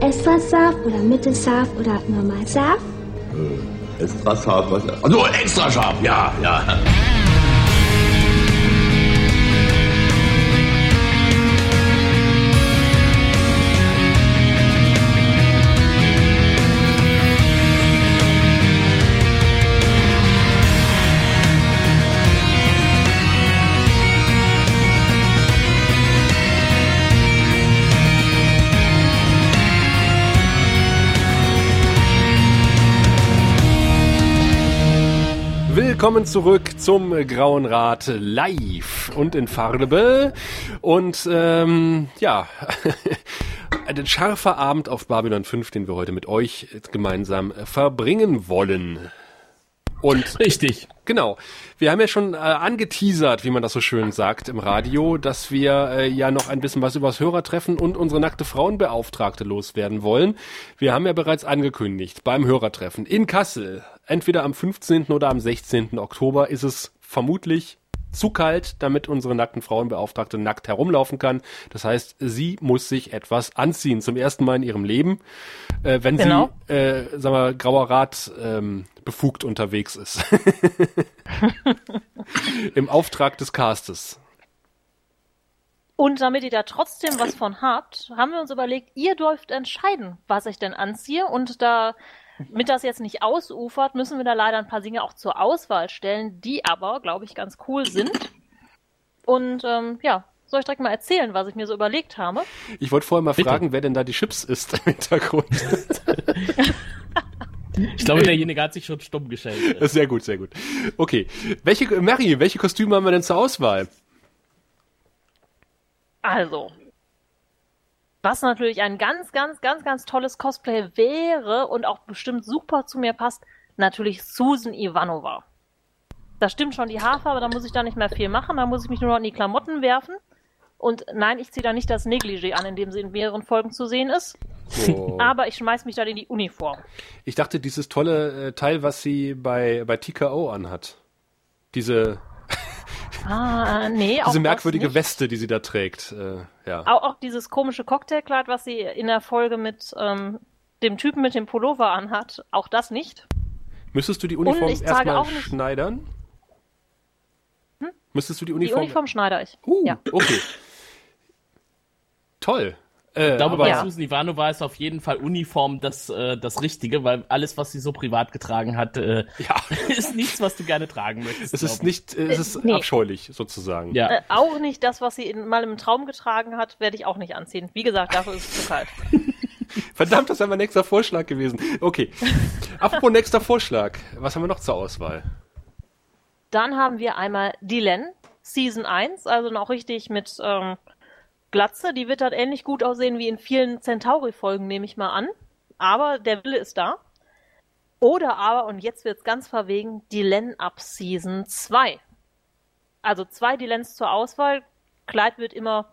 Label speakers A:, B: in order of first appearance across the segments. A: Extrasaft oder Mittelsaft oder Normalsaft?
B: Extra scharf, was? Also extra scharf, ja, ja.
C: Willkommen zurück zum äh, Grauen Rat live und in Farbe. Und ähm, ja, ein scharfer Abend auf Babylon 5, den wir heute mit euch gemeinsam äh, verbringen wollen. Und
D: Richtig.
C: Genau. Wir haben ja schon äh, angeteasert, wie man das so schön sagt im Radio, dass wir äh, ja noch ein bisschen was übers Hörertreffen und unsere nackte Frauenbeauftragte loswerden wollen. Wir haben ja bereits angekündigt, beim Hörertreffen in Kassel, entweder am 15. oder am 16. Oktober, ist es vermutlich zu kalt, damit unsere nackten Frauenbeauftragte nackt herumlaufen kann. Das heißt, sie muss sich etwas anziehen. Zum ersten Mal in ihrem Leben, äh, wenn
E: Genau.
C: sie, äh, sagen wir, grauer Rat ähm, befugt unterwegs ist. Im Auftrag des Castes.
E: Und damit ihr da trotzdem was von habt, haben wir uns überlegt, ihr dürft entscheiden, was ich denn anziehe. Und da, mit das jetzt nicht ausufert, müssen wir da leider ein paar Dinge auch zur Auswahl stellen, die aber, glaube ich, ganz cool sind. Und ähm, ja, soll ich direkt mal erzählen, was ich mir so überlegt habe?
C: Ich wollte vorher mal
D: Bitte.
C: fragen, wer denn da die Chips isst im Hintergrund.
D: Ich glaube, derjenige hat sich schon stumm gestellt.
C: sehr gut, sehr gut. Okay. Welche, Mary, welche Kostüme haben wir denn zur Auswahl?
E: Also, was natürlich ein ganz, ganz, ganz, ganz tolles Cosplay wäre und auch bestimmt super zu mir passt, natürlich Susan Ivanova. Da stimmt schon die Haarfarbe, da muss ich da nicht mehr viel machen, da muss ich mich nur noch in die Klamotten werfen. Und nein, ich ziehe da nicht das Negligé an, in dem sie in mehreren Folgen zu sehen ist,
C: Oh.
E: aber ich schmeiß mich da in die Uniform.
C: Ich dachte, dieses tolle äh, Teil, was sie bei, bei TKO anhat. Diese,
E: Ah, äh, nee, auch das
C: diese merkwürdige
E: nicht.
C: Weste, die sie da trägt. Äh, ja.
E: Auch, auch dieses komische Cocktailkleid, was sie in der Folge mit ähm, dem Typen mit dem Pullover anhat, auch das nicht.
C: Müsstest du die Uniform
E: ich trage
C: erstmal
E: auch nicht- Hm?
C: schneidern? Müsstest du die
E: Die
C: Uniform.
E: Uniform schneider ich.
C: uh,
E: Ja.
C: okay. Toll. Äh,
D: Ich glaube,
C: aber
D: bei
E: Ja.
D: Susan Ivanova ist auf jeden Fall Uniform das, äh, das Richtige, weil alles, was sie so privat getragen hat, äh,
C: ja,
D: ist nichts, was du gerne tragen möchtest.
C: es ist
D: glaub ich.
C: nicht, äh, es ist
E: nee.
C: abscheulich sozusagen.
D: Ja.
E: Äh, auch nicht das, was sie in, mal im Traum getragen hat, werde ich auch nicht anziehen. Wie gesagt, dafür ist es zu kalt.
C: Verdammt, das wäre mein nächster Vorschlag gewesen. Okay. Apropos nächster Vorschlag. Was haben wir noch zur Auswahl?
E: Dann haben wir einmal Dylan, Season 1, also noch richtig mit ähm, Glatze. Die wird dann ähnlich gut aussehen wie in vielen Centauri-Folgen, nehme ich mal an. Aber der Wille ist da. Oder aber, und jetzt wird's ganz verwegen, Dylan ab Season 2. Also zwei Dylans zur Auswahl. Kleid wird immer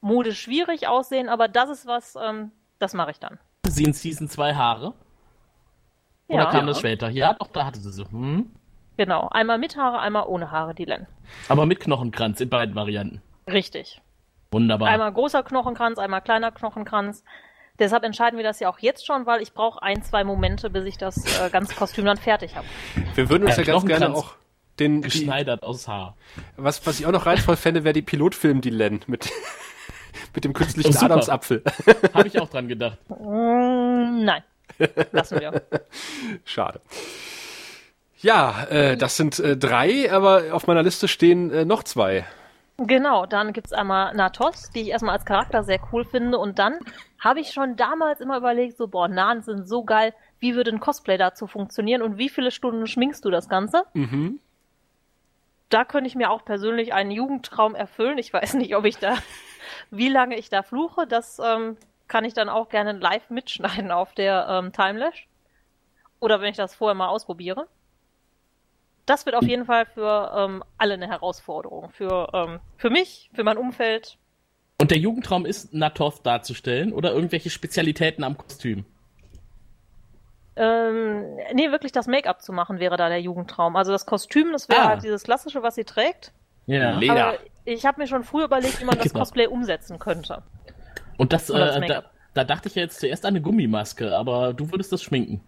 E: modisch schwierig aussehen, aber das ist was, ähm, das mache ich dann.
D: Sie in Season 2 Haare. Oder kam das später? Ja, doch, da hatte sie so. Hm.
E: Genau. Einmal mit Haare, einmal ohne Haare, Dylan.
D: Aber mit Knochenkranz in beiden Varianten.
E: Richtig.
D: Wunderbar.
E: Einmal großer Knochenkranz, einmal kleiner Knochenkranz. Deshalb entscheiden wir das ja auch jetzt schon, weil ich brauche ein, zwei Momente, bis ich das äh, ganze Kostüm dann fertig habe.
C: Wir würden uns ja,
D: Ja,
C: ganz gerne
D: Knochenkranz.
C: auch den, die,
D: geschneidert aus Haar.
C: was, was ich auch noch reizvoll fände, wäre die Pilotfilm, die Len mit, mit dem künstlichen
D: Oh, super.
C: Adamsapfel.
D: Habe ich auch dran gedacht.
E: Mm, nein. Lassen wir.
C: Schade. Ja, äh, das sind äh, drei, aber auf meiner Liste stehen äh, noch zwei.
E: Genau, dann gibt's einmal Natos, die ich erstmal als Charakter sehr cool finde. Und dann habe ich schon damals immer überlegt, so, boah, Nahen sind so geil. Wie würde ein Cosplay dazu funktionieren und wie viele Stunden schminkst du das Ganze?
C: Mhm.
E: Da könnte ich mir auch persönlich einen Jugendtraum erfüllen. Ich weiß nicht, ob ich da, wie lange ich da fluche. Das ähm, kann ich dann auch gerne live mitschneiden auf der ähm, Timelash. Oder wenn ich das vorher mal ausprobiere. Das wird auf jeden Fall für ähm, alle eine Herausforderung. Für, ähm, für mich, für mein Umfeld.
D: Und der Jugendtraum ist, Natoth darzustellen oder irgendwelche Spezialitäten am Kostüm.
E: Ähm, nee, wirklich das Make-up zu machen wäre da der Jugendtraum. Also das Kostüm, das wäre
D: Ah.
E: halt dieses klassische, was sie trägt.
D: Ja.
C: Leder.
E: Aber ich habe mir schon früher überlegt, wie man das
D: Genau.
E: Cosplay umsetzen könnte.
D: Und das,
E: Und das
D: äh, da,
E: Make-up.
D: Da dachte ich ja jetzt zuerst an eine Gummimaske, aber du würdest das schminken.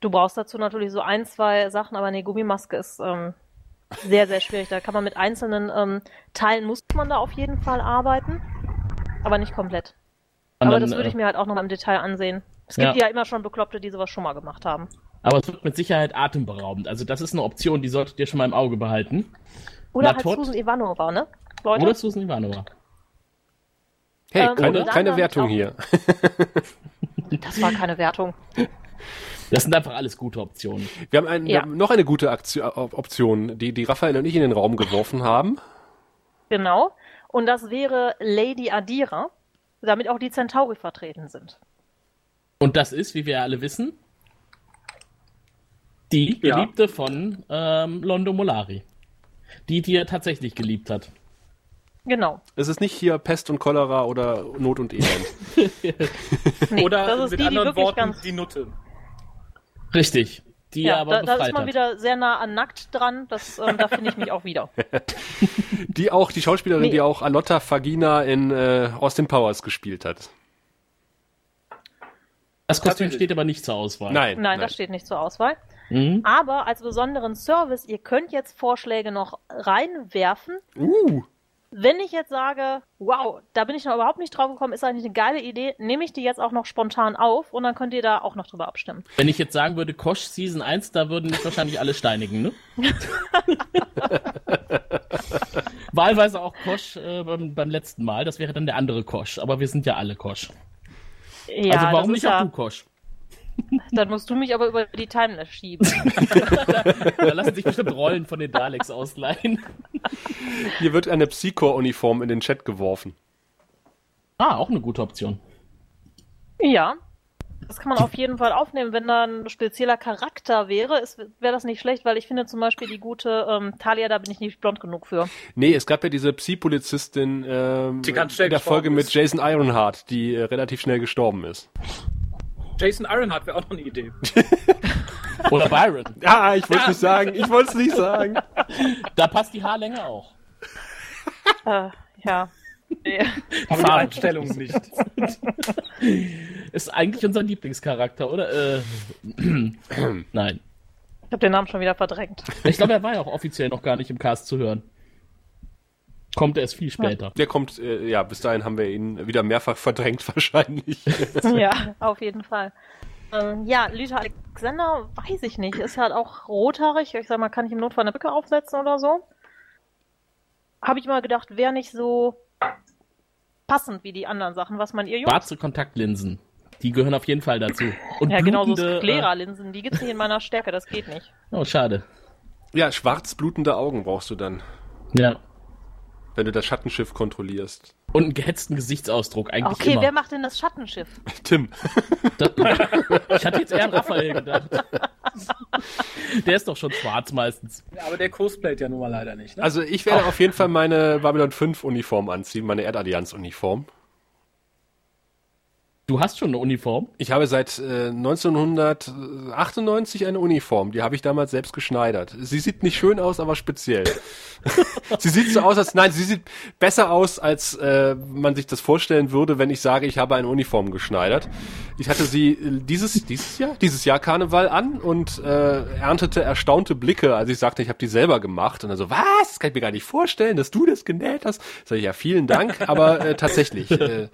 E: Du brauchst dazu natürlich so ein, zwei Sachen, aber eine Gummimaske ist ähm, sehr, sehr schwierig. Da kann man mit einzelnen ähm, Teilen, muss man da auf jeden Fall arbeiten, aber nicht komplett.
D: Und
E: aber
D: dann,
E: das würde ich
D: äh,
E: mir halt auch noch mal im Detail ansehen. Es
D: Ja.
E: gibt ja immer schon Bekloppte, die sowas schon mal gemacht haben.
D: aber es wird mit Sicherheit atemberaubend. Also das ist eine Option, die solltet ihr schon mal im Auge behalten.
E: Oder
D: Na,
E: halt
D: tot.
E: Susan Ivanova, ne? Leute,
D: Oder Susan Ivanova.
C: Hey,
E: Ähm,
C: keine,
E: oder?
C: keine Wertung hier.
E: das war keine Wertung.
D: Das sind einfach alles gute Optionen.
C: Wir haben, ein, wir
E: Ja.
C: haben noch eine gute Aktion, Option, die, die Raphael und ich in den Raum geworfen haben.
E: Genau. Und das wäre Lady Adira, damit auch die Centauri vertreten sind.
D: Und das ist, wie wir alle wissen, die
F: Ja.
D: Geliebte von ähm, Londo Molari. Die, die er tatsächlich geliebt hat.
E: Genau.
C: Es ist nicht hier Pest und Cholera oder Not und Elend.
E: Nee,
F: Oder
E: das ist
F: mit
E: die, die
F: anderen
E: wirklich
F: Worten,
E: ganz.
F: die Nutte.
D: Richtig. Die er
E: Ja,
D: aber
E: da, da ist
D: befreit
E: man
D: hat.
E: wieder sehr nah an nackt dran. Das, ähm, da finde ich mich auch wieder.
C: Die auch, die Schauspielerin,
E: Nee.
C: die auch Alotta Fagina in äh, Austin Powers gespielt hat.
D: Das Kostüm
F: Natürlich.
D: steht aber nicht zur Auswahl.
C: Nein.
E: Nein, das steht nicht zur Auswahl.
D: Mhm.
E: Aber als besonderen Service, ihr könnt jetzt Vorschläge noch reinwerfen.
C: Uh,
E: Wenn ich jetzt sage, wow, da bin ich noch überhaupt nicht drauf gekommen, ist eigentlich eine geile Idee, nehme ich die jetzt auch noch spontan auf und dann könnt ihr da auch noch drüber abstimmen.
D: Wenn ich jetzt sagen würde, Kosch Season 1, da würden mich wahrscheinlich alle steinigen, ne? Wahlweise auch Kosch äh, beim, beim letzten Mal. Das wäre dann der andere Kosch. Aber wir sind ja alle Kosch.
E: Ja,
D: also
E: das
D: warum
E: ist
D: nicht
E: ja,
D: auch du Kosch?
E: Dann musst du mich aber über die Timeless schieben.
D: Da lassen sich bestimmt Rollen von den Daleks ausleihen.
C: hier wird eine Psychor-Uniform in den Chat geworfen.
D: Ah, auch eine gute Option.
E: ja. Das kann man auf jeden Fall aufnehmen, wenn da ein spezieller Charakter wäre, ist- wäre das nicht schlecht, weil ich finde zum Beispiel die gute ähm, Talia, da bin ich nicht blond genug für.
C: Nee, es gab ja diese Psi-Polizistin ähm,
F: Die ganz schnell
C: in der
F: gestorben
C: Folge mit
F: ist.
C: Jason Ironheart, die äh, relativ schnell gestorben ist.
F: Jason Ironheart wäre auch noch eine Idee.
D: Oder Byron.
C: Ah, ich wollte es nicht sagen, ich wollte es nicht sagen.
D: Da passt die Haarlänge auch.
E: Äh, ja. Nee.
F: Aber die Einstellung nicht.
D: Ist eigentlich unser Lieblingscharakter, oder? Äh, nein.
E: Ich habe den Namen schon wieder verdrängt.
D: Ich glaube, er war ja auch offiziell noch gar nicht im Cast zu hören. Kommt erst viel später.
C: Der kommt, äh, ja, bis dahin haben wir ihn wieder mehrfach verdrängt wahrscheinlich.
E: ja, auf jeden Fall. Ähm, ja, Lüther Alexander, weiß ich nicht, ist halt auch rothaarig. Ich sag mal, kann ich im Notfall eine Brücke aufsetzen oder so? Habe ich mal gedacht, wäre nicht so passend wie die anderen Sachen, was man ihr Jungs.
D: Schwarze Kontaktlinsen. Die gehören auf jeden Fall dazu. Und
E: Ja, genau so
D: blutende,
E: Sklera-Linsen, die gibt's nicht in meiner Stärke, das geht nicht.
D: Äh, oh, schade.
C: Ja, schwarz blutende Augen brauchst du dann,
D: Ja.
C: wenn du das Schattenschiff kontrollierst.
D: Und einen gehetzten Gesichtsausdruck, eigentlich
E: Okay,
D: immer. Also
E: wer macht denn das Schattenschiff?
C: Tim,
D: ich hatte jetzt eher an Raphael gedacht. Der ist doch schon schwarz meistens.
F: Ja, aber der cosplayt ja nun mal leider nicht. Ne?
C: also ich werde auf jeden Fall meine Babylon 5 Uniform anziehen, meine Erdallianz Uniform.
D: Du hast schon eine Uniform.
C: Ich habe seit äh, 1998 eine Uniform, die habe ich damals selbst geschneidert. Sie sieht nicht schön aus, aber speziell. sie sieht so aus, als nein, sie sieht besser aus, als äh, man sich das vorstellen würde, wenn ich sage, ich habe eine Uniform geschneidert. Ich hatte sie äh, dieses dieses Jahr, dieses Jahr Karneval an und äh, erntete erstaunte Blicke, als ich sagte, ich habe die selber gemacht und dann so, was? Kann ich mir gar nicht vorstellen, dass du das genäht hast. Sag ich ja, vielen Dank, aber äh, tatsächlich äh,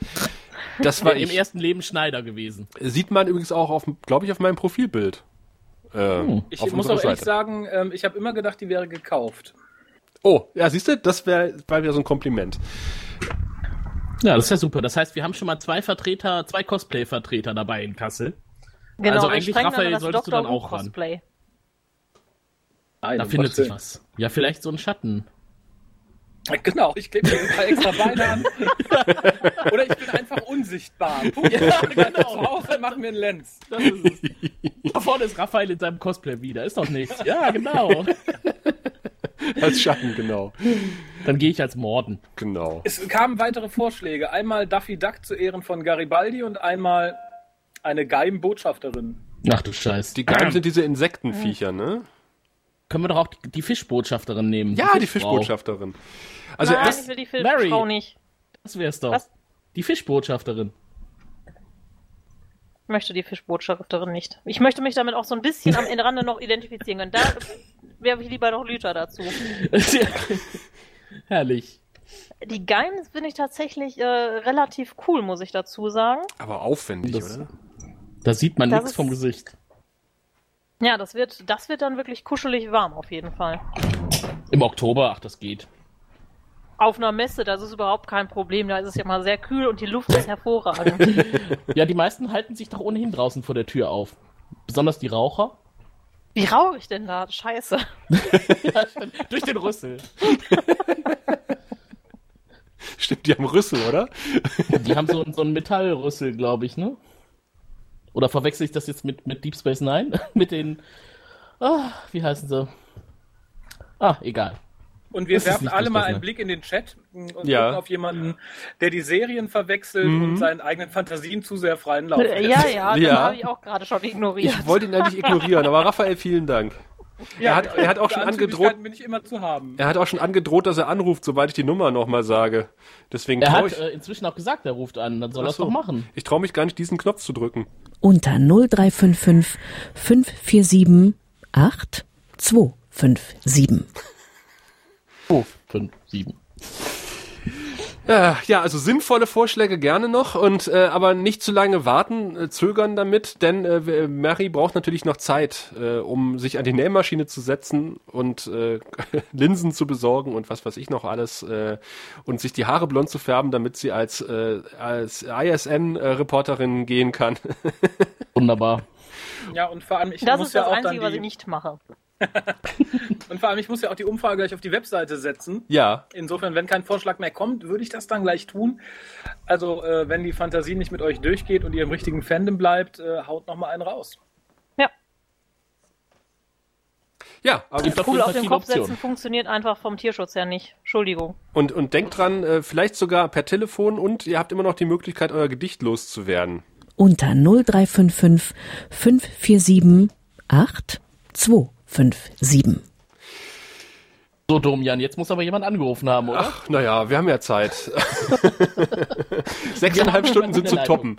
C: das war
D: Im
C: ich,
D: ersten Leben Schneider gewesen.
C: Sieht man übrigens auch auf, glaube ich, auf meinem Profilbild. Äh,
D: Hm.
F: Ich
C: auf
F: muss
C: unserer
F: auch ehrlich
C: Seite.
F: sagen, ähm, ich habe immer gedacht, die wäre gekauft.
C: Oh, ja, siehst du, das wäre war wieder so ein Kompliment.
D: Ja, das ist ja super. Das heißt, wir haben schon mal zwei Vertreter, zwei Cosplay-Vertreter dabei in Kassel.
E: Genau,
D: Also
E: wir
D: eigentlich,
E: sprengen
D: Raphael,
E: dann das
D: solltest du
E: Dr.
D: dann auch ran.
E: Who-Cosplay.
F: Nein,
D: Da
F: um
D: findet
F: Gottes
D: sich was. Ja, vielleicht so ein Schatten.
F: Willen. Genau, ich klebe mir ein paar extra Beine an. Oder ich bin einfach unsichtbar. Punkt. Ja, genau. Dann machen wir einen Lenz.
D: Das ist es. da vorne ist Raphael in seinem Cosplay wieder. Ist doch nichts. Ja, genau.
C: Als Schatten, genau.
D: Dann gehe ich als Morden.
C: Genau.
F: Es kamen weitere Vorschläge. Einmal Daffy Duck zu Ehren von Garibaldi und einmal eine Geimbotschafterin.
D: Ach du Scheiß.
C: Die Geilen sind diese Insektenviecher, ne?
D: Können wir doch auch die, die Fischbotschafterin nehmen.
C: Ja, die
D: Fischfrau.
C: Fischbotschafterin. Also
E: Nein,
C: erst,
E: ich will die
D: Mary.
E: Filmfrau nicht.
D: Das wär's doch.
E: Was?
D: Die Fischbotschafterin.
E: möchte die Fischbotschafterin nicht. Ich möchte mich damit auch so ein bisschen am Rande noch identifizieren können. Da werfe ich lieber noch Lüter dazu.
D: Herrlich.
E: Die Geins finde ich tatsächlich äh, relativ cool, muss ich dazu sagen.
C: Aber aufwendig,
D: Das-
C: oder?
D: Da sieht man
E: Das
D: nichts
E: ist-
D: vom Gesicht.
E: Ja, das wird, das wird dann wirklich kuschelig warm auf jeden Fall.
D: Im Oktober, ach, das geht.
E: Auf einer Messe, das ist überhaupt kein Problem. Da ist es ja mal sehr kühl und die Luft ist hervorragend.
D: Ja, die meisten halten sich doch ohnehin draußen vor der Tür auf. Besonders die Raucher.
E: Wie rauche ich denn da? Scheiße.
D: Durch den Rüssel.
C: Stimmt, die haben Rüssel, oder?
D: Die haben so, so einen Metallrüssel, glaube ich, ne? Oder verwechsel ich das jetzt mit, mit Deep Space Nine? mit den. Ah, wie heißen sie? Ah, egal.
F: Und wir
D: Das ist
F: werfen
D: nicht
F: alle
D: das
F: mal
D: Beste.
F: einen Blick in den Chat und
C: Ja. Mhm.
F: gucken auf jemanden, der die Serien verwechselt und seinen eigenen Fantasien zu sehr freien Lauf lässt.
E: Ja, ja, das
C: Ja.
E: habe ich auch gerade schon ignoriert.
C: Ich wollte ihn eigentlich ignorieren, aber Raphael, vielen Dank.
F: Ja,
C: Er hat- er hat auch
F: für
C: schon
F: Anzüglichkeiten
C: angedroht-
F: bin ich immer zu haben.
C: Er hat auch schon angedroht, dass er anruft, sobald ich die Nummer nochmal sage. Deswegen
D: Er
C: traue
D: hat
C: ich,
D: äh, inzwischen auch gesagt, er ruft an. Dann soll er es
C: Ach so.
D: doch machen.
C: ich trau mich gar nicht, diesen Knopf zu drücken.
G: unter 0355 547 8257.
D: Oh, fünf, sieben.
C: Ja, ja, also sinnvolle Vorschläge gerne noch und äh, aber nicht zu lange warten, äh, zögern damit, denn äh, w- Mary braucht natürlich noch Zeit, äh, um sich an die Nähmaschine zu setzen und äh, Linsen zu besorgen und was weiß ich noch alles äh, und sich die Haare blond zu färben, damit sie als äh, als ISN-Reporterin gehen kann.
D: Wunderbar.
F: Ja, und vor allem, ich
E: Das
F: muss
E: ist
F: ja
E: das
F: auch
E: Einzige, was
F: dann
E: ich
F: die,
E: nicht mache.
F: und vor allem, ich muss ja auch die Umfrage gleich auf die Webseite setzen.
C: ja,
F: Insofern, wenn kein Vorschlag mehr kommt, würde ich das dann gleich tun. Also, äh, wenn die Fantasie nicht mit euch durchgeht und ihr im richtigen Fandom bleibt, äh, haut nochmal einen raus.
E: Ja,
C: ja, aber
D: Gibt auf
E: cool
D: jeden
E: auf
D: Fall
E: den
D: viele
E: Kopf setzen
D: Optionen.
E: funktioniert einfach vom Tierschutz her nicht. Entschuldigung.
C: und und denkt dran, äh, vielleicht sogar per Telefon und ihr habt immer noch die Möglichkeit, euer Gedicht loszuwerden.
G: Unter 0355 547 8257.
D: So, Domian, jetzt muss aber jemand angerufen haben, oder?
C: Ach, naja, wir haben ja Zeit. Sechseinhalb Stunden sind zu toppen.
D: Leitung.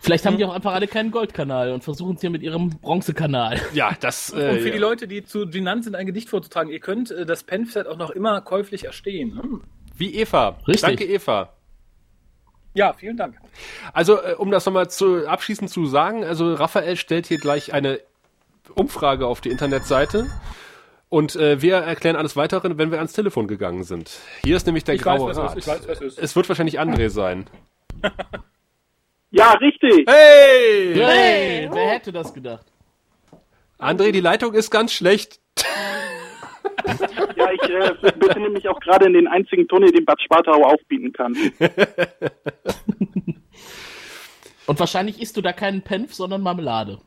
D: Vielleicht haben die auch einfach alle keinen Goldkanal und versuchen es hier mit ihrem Bronzekanal.
C: Ja, das.
F: Und
C: Äh,
F: für die
C: ja.
F: Leute, die zu Ginant sind, ein Gedicht vorzutragen, ihr könnt äh, das Penfset auch noch immer käuflich erstehen. Hm.
C: Wie Eva.
D: Richtig.
C: Danke, Eva.
F: Ja, vielen Dank.
C: Also, äh, um das nochmal zu, abschließend zu sagen, also Raphael stellt hier gleich eine Umfrage auf die Internetseite. Und äh, wir erklären alles Weitere, wenn wir ans Telefon gegangen sind. Hier ist nämlich der
F: Ich weiß,
C: graue
F: was es
C: Rat.
F: ist, ich weiß, was es ist.
C: Es wird wahrscheinlich André sein.
H: Ja, richtig.
C: Hey!
D: Hey, wer hätte das gedacht?
C: André, die Leitung ist ganz schlecht.
H: Ja, ich äh, befinde mich auch gerade in den einzigen Tunnel, den Bad Spartau aufbieten kann.
D: Und wahrscheinlich isst du da keinen Penf, sondern Marmelade.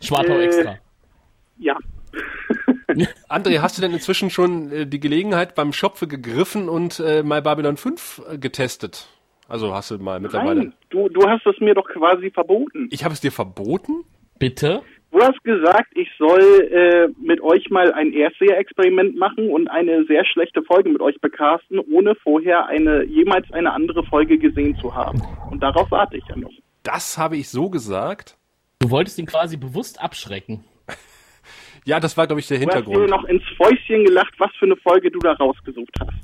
D: Schwartau
H: Äh.
D: extra.
H: Ja.
C: André, hast du denn inzwischen schon äh, die Gelegenheit beim Schopfe gegriffen und äh, mal Babylon 5 getestet? Also hast du mal mittlerweile.
H: Nein, du, du hast es mir doch quasi verboten.
C: Ich habe es dir verboten?
D: Bitte?
H: Du hast gesagt, ich soll äh, mit euch mal ein Erstseher-Experiment machen und eine sehr schlechte Folge mit euch bekasten, ohne vorher eine jemals eine andere Folge gesehen zu haben. Und darauf warte ich ja noch.
C: Das habe ich so gesagt.
D: Du wolltest ihn quasi bewusst abschrecken.
C: Ja, das war, glaube ich, der
H: Du hast mir
C: Hintergrund.
H: noch ins Fäustchen gelacht, was für eine Folge du da rausgesucht hast.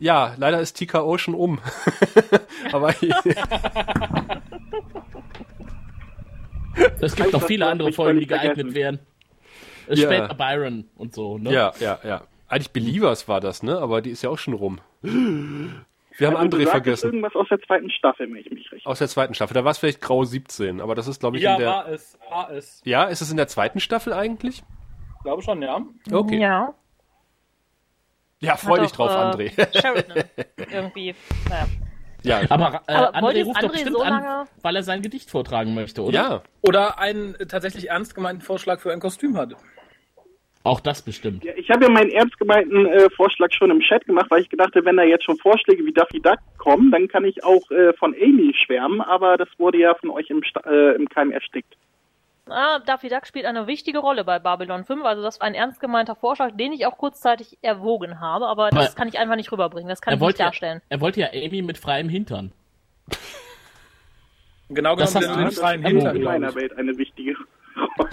C: Ja, leider ist TKO schon um. Aber
D: Es gibt noch viele
H: das
D: andere
H: hab ich
D: Folgen, die
H: völlig
D: geeignet wären. Äh,
C: Ja.
D: Später Byron und so, ne?
C: ja, ja, ja. Eigentlich Believers war das, ne? Aber die ist ja auch schon rum. Wir haben
H: Also, du
C: André
H: sagtest
C: vergessen.
H: irgendwas aus der zweiten Staffel, wenn ich mich recht
C: Aus der zweiten Staffel. Da war es vielleicht Grau 17, aber das ist, glaube ich,
F: Ja,
C: in der.
F: war es, war es.
C: Ja, ist es in der zweiten Staffel eigentlich?
F: Ich glaube schon, ja.
C: Okay. Ja,
E: Ja.
C: freu
E: Hat
C: dich
E: auch,
C: drauf,
E: äh,
C: André.
E: Sheridan. Irgendwie. Naja.
C: Ja,
D: Aber, äh,
E: Aber wollt
D: André
E: ihr
D: ruft doch
E: André
D: bestimmt
E: so
D: an,
E: lange-
D: weil er sein Gedicht vortragen möchte, oder?
C: ja.
F: Oder einen äh, tatsächlich ernst gemeinten Vorschlag für ein Kostüm hatte.
D: Auch das bestimmt.
H: Ja, ich habe ja meinen ernst gemeinten äh, Vorschlag schon im Chat gemacht, weil ich gedacht habe, wenn da jetzt schon Vorschläge wie Daffy Duck kommen, dann kann ich auch äh, von Amy schwärmen, aber das wurde ja von euch im, Sta äh, im Keim erstickt.
E: Ah, Daffy Duck spielt eine wichtige Rolle bei Babylon 5. Also das war ein ernst gemeinter Vorschlag, den ich auch kurzzeitig erwogen habe, aber das
D: Aber-
E: kann ich einfach nicht rüberbringen. Das kann
D: Er
E: ich nicht
D: wollte, ja,
E: darstellen.
D: er wollte ja Amy mit freiem Hintern.
F: Und genau
D: Das hast
F: genommen wäre
D: du
F: das
D: nicht rein
F: ein Hinter,
D: hinten.
H: in
F: glaub ich.
H: meiner Welt eine wichtige Rolle.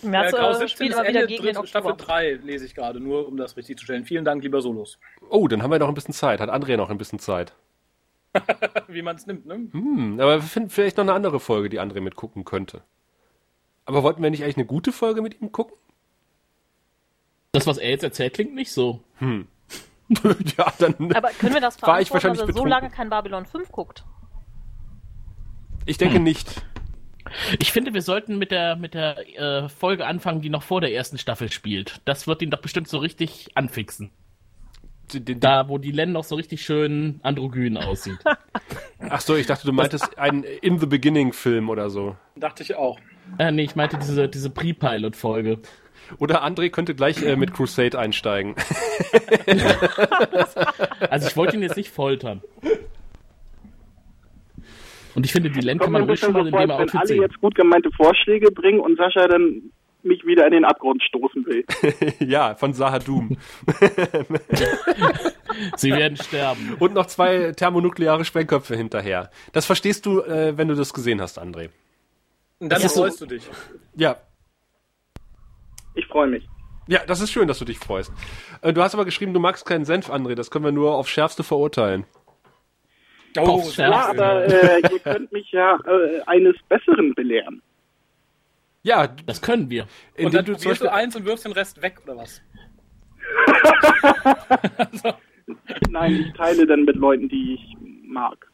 E: Im März
F: Grau
E: äh,
F: 17
E: spielt
F: ist
E: aber wieder
F: Ende
E: gegen den
F: dritte Staffel
E: Oktober.
F: 3 lese ich gerade, nur um das richtig zu stellen. Vielen Dank, lieber Solos.
C: Oh, dann haben wir noch ein bisschen Zeit. Hat André noch ein bisschen Zeit.
F: Wie man es nimmt, ne?
C: Hm, aber wir finden vielleicht noch eine andere Folge, die André mitgucken könnte. Aber wollten wir nicht eigentlich eine gute Folge mit ihm gucken?
D: Das, was er jetzt erzählt, klingt nicht so.
C: ja, dann.
E: Aber können wir das
C: War ich
E: verantworten,
C: wahrscheinlich
E: dass er so
C: betrunken.
E: lange kein Babylon 5 guckt?
C: Ich denke nicht.
D: Ich finde, wir sollten mit der, mit der äh, Folge anfangen, die noch vor der ersten Staffel spielt. Das wird ihn doch bestimmt so richtig anfixen.
C: Die- die- die-
D: Da, wo die Len noch so richtig schön androgyn aussieht.
C: Ach so, ich dachte, du meintest einen In the Beginning Film oder so.
F: Dachte ich auch.
D: äh, nee, ich meinte diese, diese Pre-Pilot-Folge.
C: Oder André könnte gleich äh, mit Crusade einsteigen.
D: Also ich wollte ihn jetzt nicht foltern. Und ich finde, die Len
H: Kommt
D: kann
H: mir
D: man
H: ein
D: ruhig
H: bisschen
D: schon
H: so
D: mal
H: vor,
D: in dem
H: als wenn
D: Outfit
H: alle
D: sehen.
H: jetzt gut gemeinte Vorschläge bringen und Sascha dann mich wieder in den Abgrund stoßen will.
C: ja, von Sahadum.
D: Sie werden sterben.
C: Und noch zwei thermonukleare Sprengköpfe hinterher. Das verstehst du, äh, wenn du das gesehen hast, André.
F: Und dann
D: Ist das so-
F: freust du dich.
C: Ja.
H: Ich freue mich.
C: Ja, das ist schön, dass du dich freust. Äh, du hast aber geschrieben, du magst keinen Senf, André. Das können wir nur aufs Schärfste verurteilen.
F: Oh,
D: Aufs
F: sehr
H: Ja,
D: Schärfste.
F: schön.
H: aber äh, ihr könnt mich ja äh, eines Besseren belehren.
C: Ja,
D: Das können wir.
F: und
C: indem
F: dann
C: du
F: probierst
C: zum Beispiel
F: du eins und wirfst den Rest weg, oder was?
H: Nein, ich teile dann mit Leuten, die ich mag.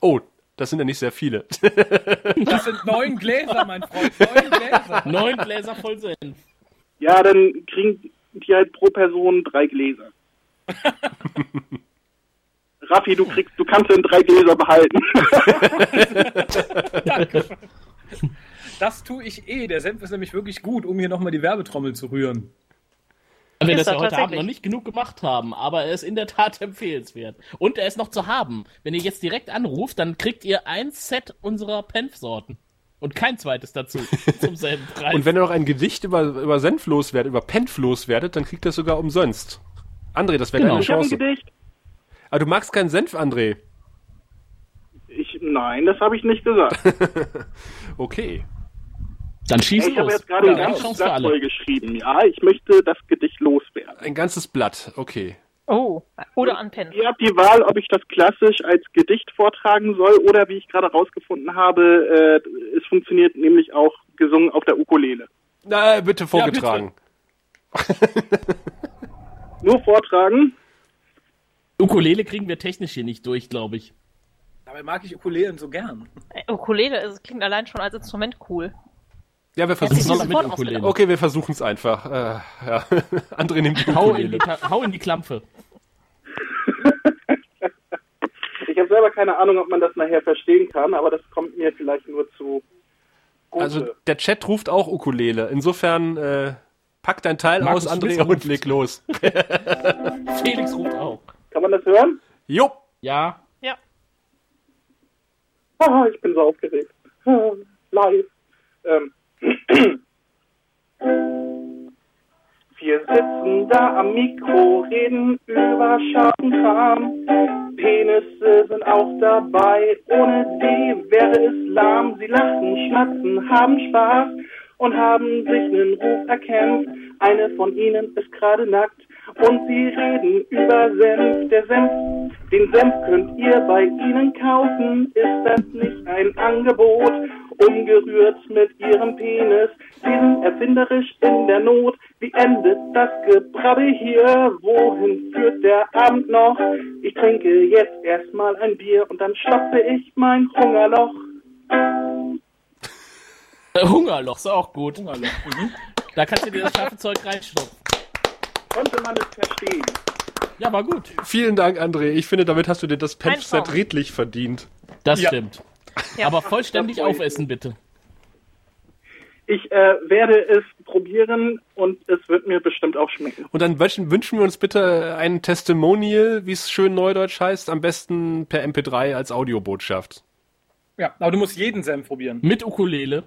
C: Oh, das sind ja nicht sehr viele.
F: Das sind neun Gläser, mein Freund. Neun Gläser.
D: Neun Gläser voll Senf.
H: Ja, dann kriegen die halt pro Person drei Gläser. Raffi, du kriegst, du kannst dann drei Gläser behalten.
F: Das tue ich eh. Der Senf ist nämlich wirklich gut, um hier nochmal die Werbetrommel zu rühren.
D: Wenn wir
E: Ist
D: das
E: er
D: ja heute Abend
E: tatsächlich.
D: noch nicht genug gemacht haben, aber er ist in der Tat empfehlenswert. Und er ist noch zu haben. Wenn ihr jetzt direkt anruft, dann kriegt ihr ein Set unserer Penf-Sorten. Und kein zweites dazu. zum selben Preis.
C: Und wenn ihr noch ein Gedicht über, über Senf loswerdet, über Penf loswerdet, dann kriegt ihr es sogar umsonst. André, das wäre
D: Genau.
C: deine
H: Ich habe ein
C: Chance.
H: Gedicht.
C: Aber du magst keinen Senf, André.
H: Ich, nein, das habe ich nicht gesagt.
C: Okay.
D: dann schieß
H: Ich habe
D: los.
H: jetzt gerade ein
D: Eine
H: ganzes
D: Chance für
H: Blatt voll
D: alle.
H: geschrieben. Ja, ich möchte das Gedicht loswerden.
C: Ein ganzes Blatt. Okay.
E: Oh. Oder anpennen.
H: Ihr habt die Wahl, ob ich das klassisch als Gedicht vortragen soll oder, wie ich gerade herausgefunden habe, äh, es funktioniert nämlich auch gesungen auf der Ukulele.
C: Na, bitte vorgetragen.
H: Nur vortragen.
D: Ukulele kriegen wir technisch hier nicht durch, glaube ich.
F: Dabei mag ich Ukulelen so gern.
E: Äh, Ukulele es klingt allein schon als Instrument cool.
C: ja, wir
E: Hätte ich
D: ist
C: versuchen
D: soll
E: mir
C: es.
D: doch mit
E: sofort
D: Ukulele.
E: ausgedacht.
C: Okay, wir versuchen es einfach. Äh, ja. André nimmt die
D: Hau in
C: Ukulele.
D: die, Ta- hau in die Klampfe.
H: Ich habe selber keine Ahnung, ob man das nachher verstehen kann, aber das kommt mir vielleicht nur zu. Gute.
C: Also der Chat ruft auch Ukulele. Insofern äh, pack dein Teil
D: Markus
C: aus, André,
D: Schmitz
C: und leg los.
D: Felix ruft auch.
H: kann man das hören?
C: Jo.
D: Ja.
E: Ja.
H: Haha, ich bin so aufgeregt. Live. Ähm. Wir sitzen da am Mikro, reden über Schattenkram. Penisse sind auch dabei, ohne die wäre es lahm. Sie lachen, schmatzen, haben Spaß und haben sich einen Ruf erkämpft. Eine von ihnen ist gerade nackt und sie reden über Senf. Der Senf, den Senf könnt ihr bei ihnen kaufen. Ist das nicht ein Angebot? Umgerührt mit ihrem Penis, sie sind erfinderisch in der Not. Wie endet das Gebrabbel hier? Wohin führt der Abend noch? Ich trinke jetzt erstmal ein Bier und dann stopfe ich mein Hungerloch.
D: Äh, Hungerloch ist auch gut.
F: Hungerloch,
D: Da kannst du dir das scharfe Zeug reinstopfen.
H: Konnte man es verstehen?
D: Ja, war gut.
C: Vielen Dank, André. Ich finde, damit hast du dir das
E: Kein
C: Patch-Set
E: Traum.
C: redlich verdient.
D: Das
F: Ja.
D: stimmt.
E: Ja.
D: Aber vollständig aufessen, bitte.
H: Ich äh, werde es probieren und es wird mir bestimmt auch schmecken.
C: Und dann wünschen wünschen wir uns bitte ein Testimonial, wie es schön neudeutsch heißt, am besten per MP3 als Audiobotschaft.
F: Ja, aber du musst jeden Senf probieren.
D: Mit Ukulele.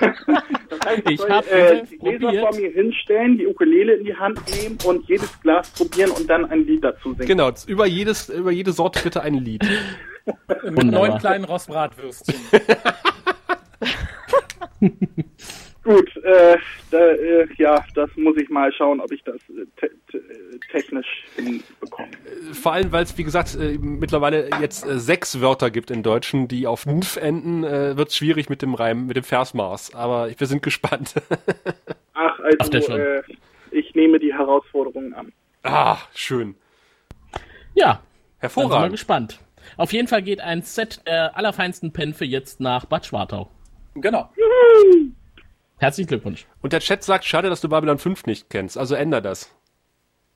H: Das heißt,
D: Ich
H: soll,
D: hab
H: äh,
D: Senf
H: die Gläser
D: probiert.
H: vor mir hinstellen, die Ukulele in die Hand nehmen und jedes Glas probieren und dann ein Lied dazu singen.
C: Genau, über jedes über jede Sorte bitte ein Lied.
F: Mit
D: Wunderbar.
F: neun kleinen Rostbratwürstchen.
H: Gut, äh, da, äh, ja, das muss ich mal schauen, ob ich das äh, te te technisch hinbekomme.
C: Vor allem, weil es, wie gesagt, äh, mittlerweile jetzt äh, sechs Wörter gibt im Deutschen, die auf NF enden, äh, wird es schwierig mit dem Reim, mit dem Versmaß. Aber wir sind gespannt.
H: Ach,
D: Ach, der
H: also,
D: schon.
H: äh, ich nehme die Herausforderung an.
C: ah, schön.
D: Ja, bin mal
C: Hervorragend.
D: gespannt. Auf jeden Fall geht ein Set der allerfeinsten Penfe jetzt nach Bad Schwartau.
F: Genau.
D: Herzlichen Glückwunsch.
C: Und der Chat sagt, schade, dass du Babylon 5 nicht kennst. Also änder das.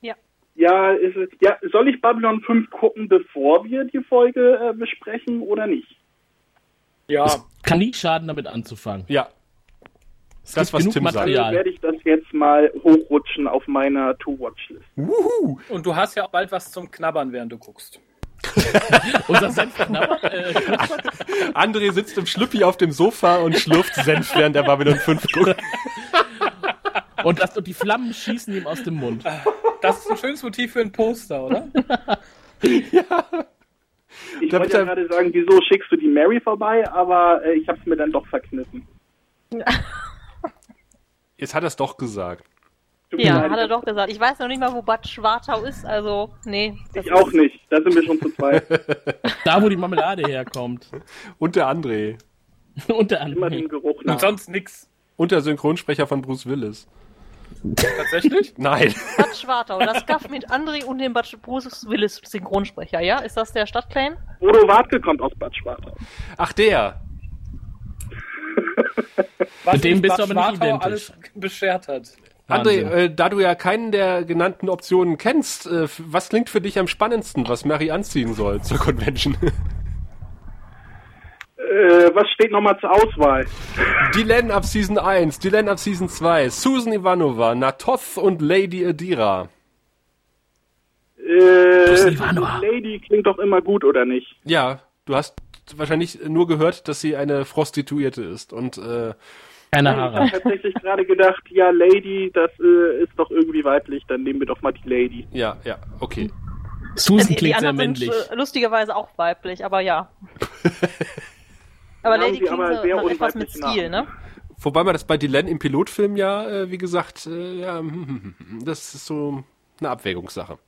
E: Ja.
H: Ja, ist, es- ja, soll ich Babylon 5 gucken, bevor wir die Folge äh, besprechen oder nicht?
F: Ja,
D: Kann nie schaden, damit anzufangen.
C: Ja,
D: Es
C: Das,
D: gibt
C: was
D: genug
C: Tim sagt.
H: Dann
D: Material.
H: werde ich das jetzt mal hochrutschen auf meiner To-Watch-List.
F: und du hast ja auch bald was zum Knabbern, während du guckst.
D: Unser Senfknapp. Äh,
C: André sitzt im Schlüppi auf dem Sofa und schlürft Senf, während der Babylon 5 guckt.
D: und, das, und die Flammen schießen ihm aus dem Mund.
F: Das ist ein schönes Motiv für ein Poster, oder?
H: Ich
C: Da
H: wollte ja
C: bitte-
H: gerade sagen, wieso schickst du die Mary vorbei, aber äh, ich habe es mir dann doch verkniffen.
C: Jetzt hat er es doch gesagt.
H: Tut mir
E: Ja,
H: leid,
E: hat er
H: ich-
E: doch gesagt. Ich weiß noch nicht mal, wo Bad Schwartau ist, also, nee. das
H: Ich
E: ist-
H: auch nicht, da sind wir schon zu zweit.
D: Da, wo die Marmelade herkommt.
C: Und der André.
D: Unter
H: Immer den
D: anderem.
H: Geruch
F: Und
H: nach.
F: sonst nix.
C: Und der Synchronsprecher von Bruce Willis.
F: Tatsächlich?
C: Nein.
E: Bad Schwartau, das Gaff mit André und dem Bad Bruce Willis Synchronsprecher, ja? Ist das der Stadtclaim?
H: Bodo Wartke kommt aus Bad Schwartau.
C: Ach, der.
F: Was
D: Mit dem
F: uns
D: bist
F: Bad
D: du aber nicht
F: Schwartau
D: identisch.
F: alles beschert hat.
C: André,
D: Wahnsinn.
C: äh, da du ja keinen der genannten Optionen kennst, äh, f- was klingt für dich am spannendsten, was Mary anziehen soll zur Convention?
H: Äh, was steht nochmal zur Auswahl?
C: Dylan ab Season 1, Dylan ab Season 2, Susan Ivanova, Natoth und Lady Adira.
H: Äh,
D: Ivanova.
H: Lady klingt doch immer gut, oder nicht?
C: Ja, du hast wahrscheinlich nur gehört, dass sie eine Prostituierte ist und äh,
D: Keine
H: Ich habe
D: Haare.
H: tatsächlich gerade gedacht, ja, Lady, das äh, ist doch irgendwie weiblich, dann nehmen wir doch mal die Lady.
C: ja, ja, okay.
D: Susan
E: die
D: klingt sehr
E: anderen
D: männlich.
E: Sind, äh, lustigerweise auch weiblich, aber ja. aber
H: Haben
E: Lady
H: sie aber
E: klingt
H: sehr
E: so nach etwas mit
H: unweiblichen Namen.
E: Stil, ne?
C: Wobei man das bei Dylan im Pilotfilm ja, äh, wie gesagt, äh, ja, hm, hm, hm, hm, das ist so eine Abwägungssache.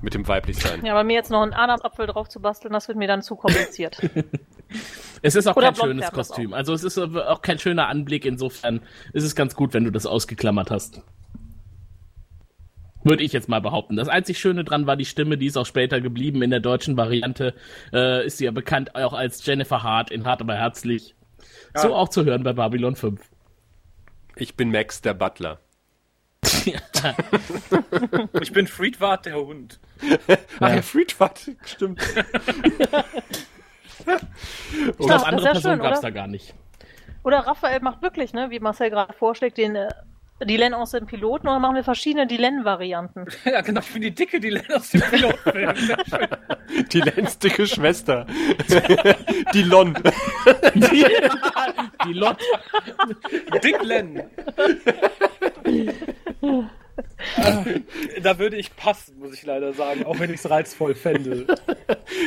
C: Mit dem Weiblichsein.
E: Ja, aber mir jetzt noch einen Adamsapfel drauf zu basteln, das wird mir dann zu kompliziert.
D: Es ist auch
E: Oder
D: kein
E: blond
D: schönes
E: färbt das
D: Kostüm. Also es ist aber auch kein schöner Anblick. Insofern ist es ganz gut, wenn du das ausgeklammert hast. Würde ich jetzt mal behaupten. Das einzig Schöne dran war die Stimme, die ist auch später geblieben. In der deutschen Variante äh, ist sie ja bekannt auch als Jennifer Hart in Hart aber herzlich. So auch zu hören bei Babylon 5.
C: Ich bin Max, der Butler.
F: Ich bin Friedwart, der Hund.
C: Ach, Herr Friedwart, stimmt.
D: Ich glaube,
E: das
D: andere
E: wär schön,
D: Personen gab es
E: oder?
D: da gar nicht.
E: Oder Raphael macht wirklich, ne, wie Marcel gerade vorschlägt, den äh, Dylan aus dem Piloten oder machen wir verschiedene Dylan-Varianten.
F: Ja, genau, ich bin die Dicke, die lernt aus dem Pilotfilm. Sehr schön.
C: Die Lens dicke Schwester. Die Lon.
D: Die, die Lot.
F: Dick Len. Ah, da würde ich passen, muss ich leider sagen, auch wenn ich es reizvoll fände.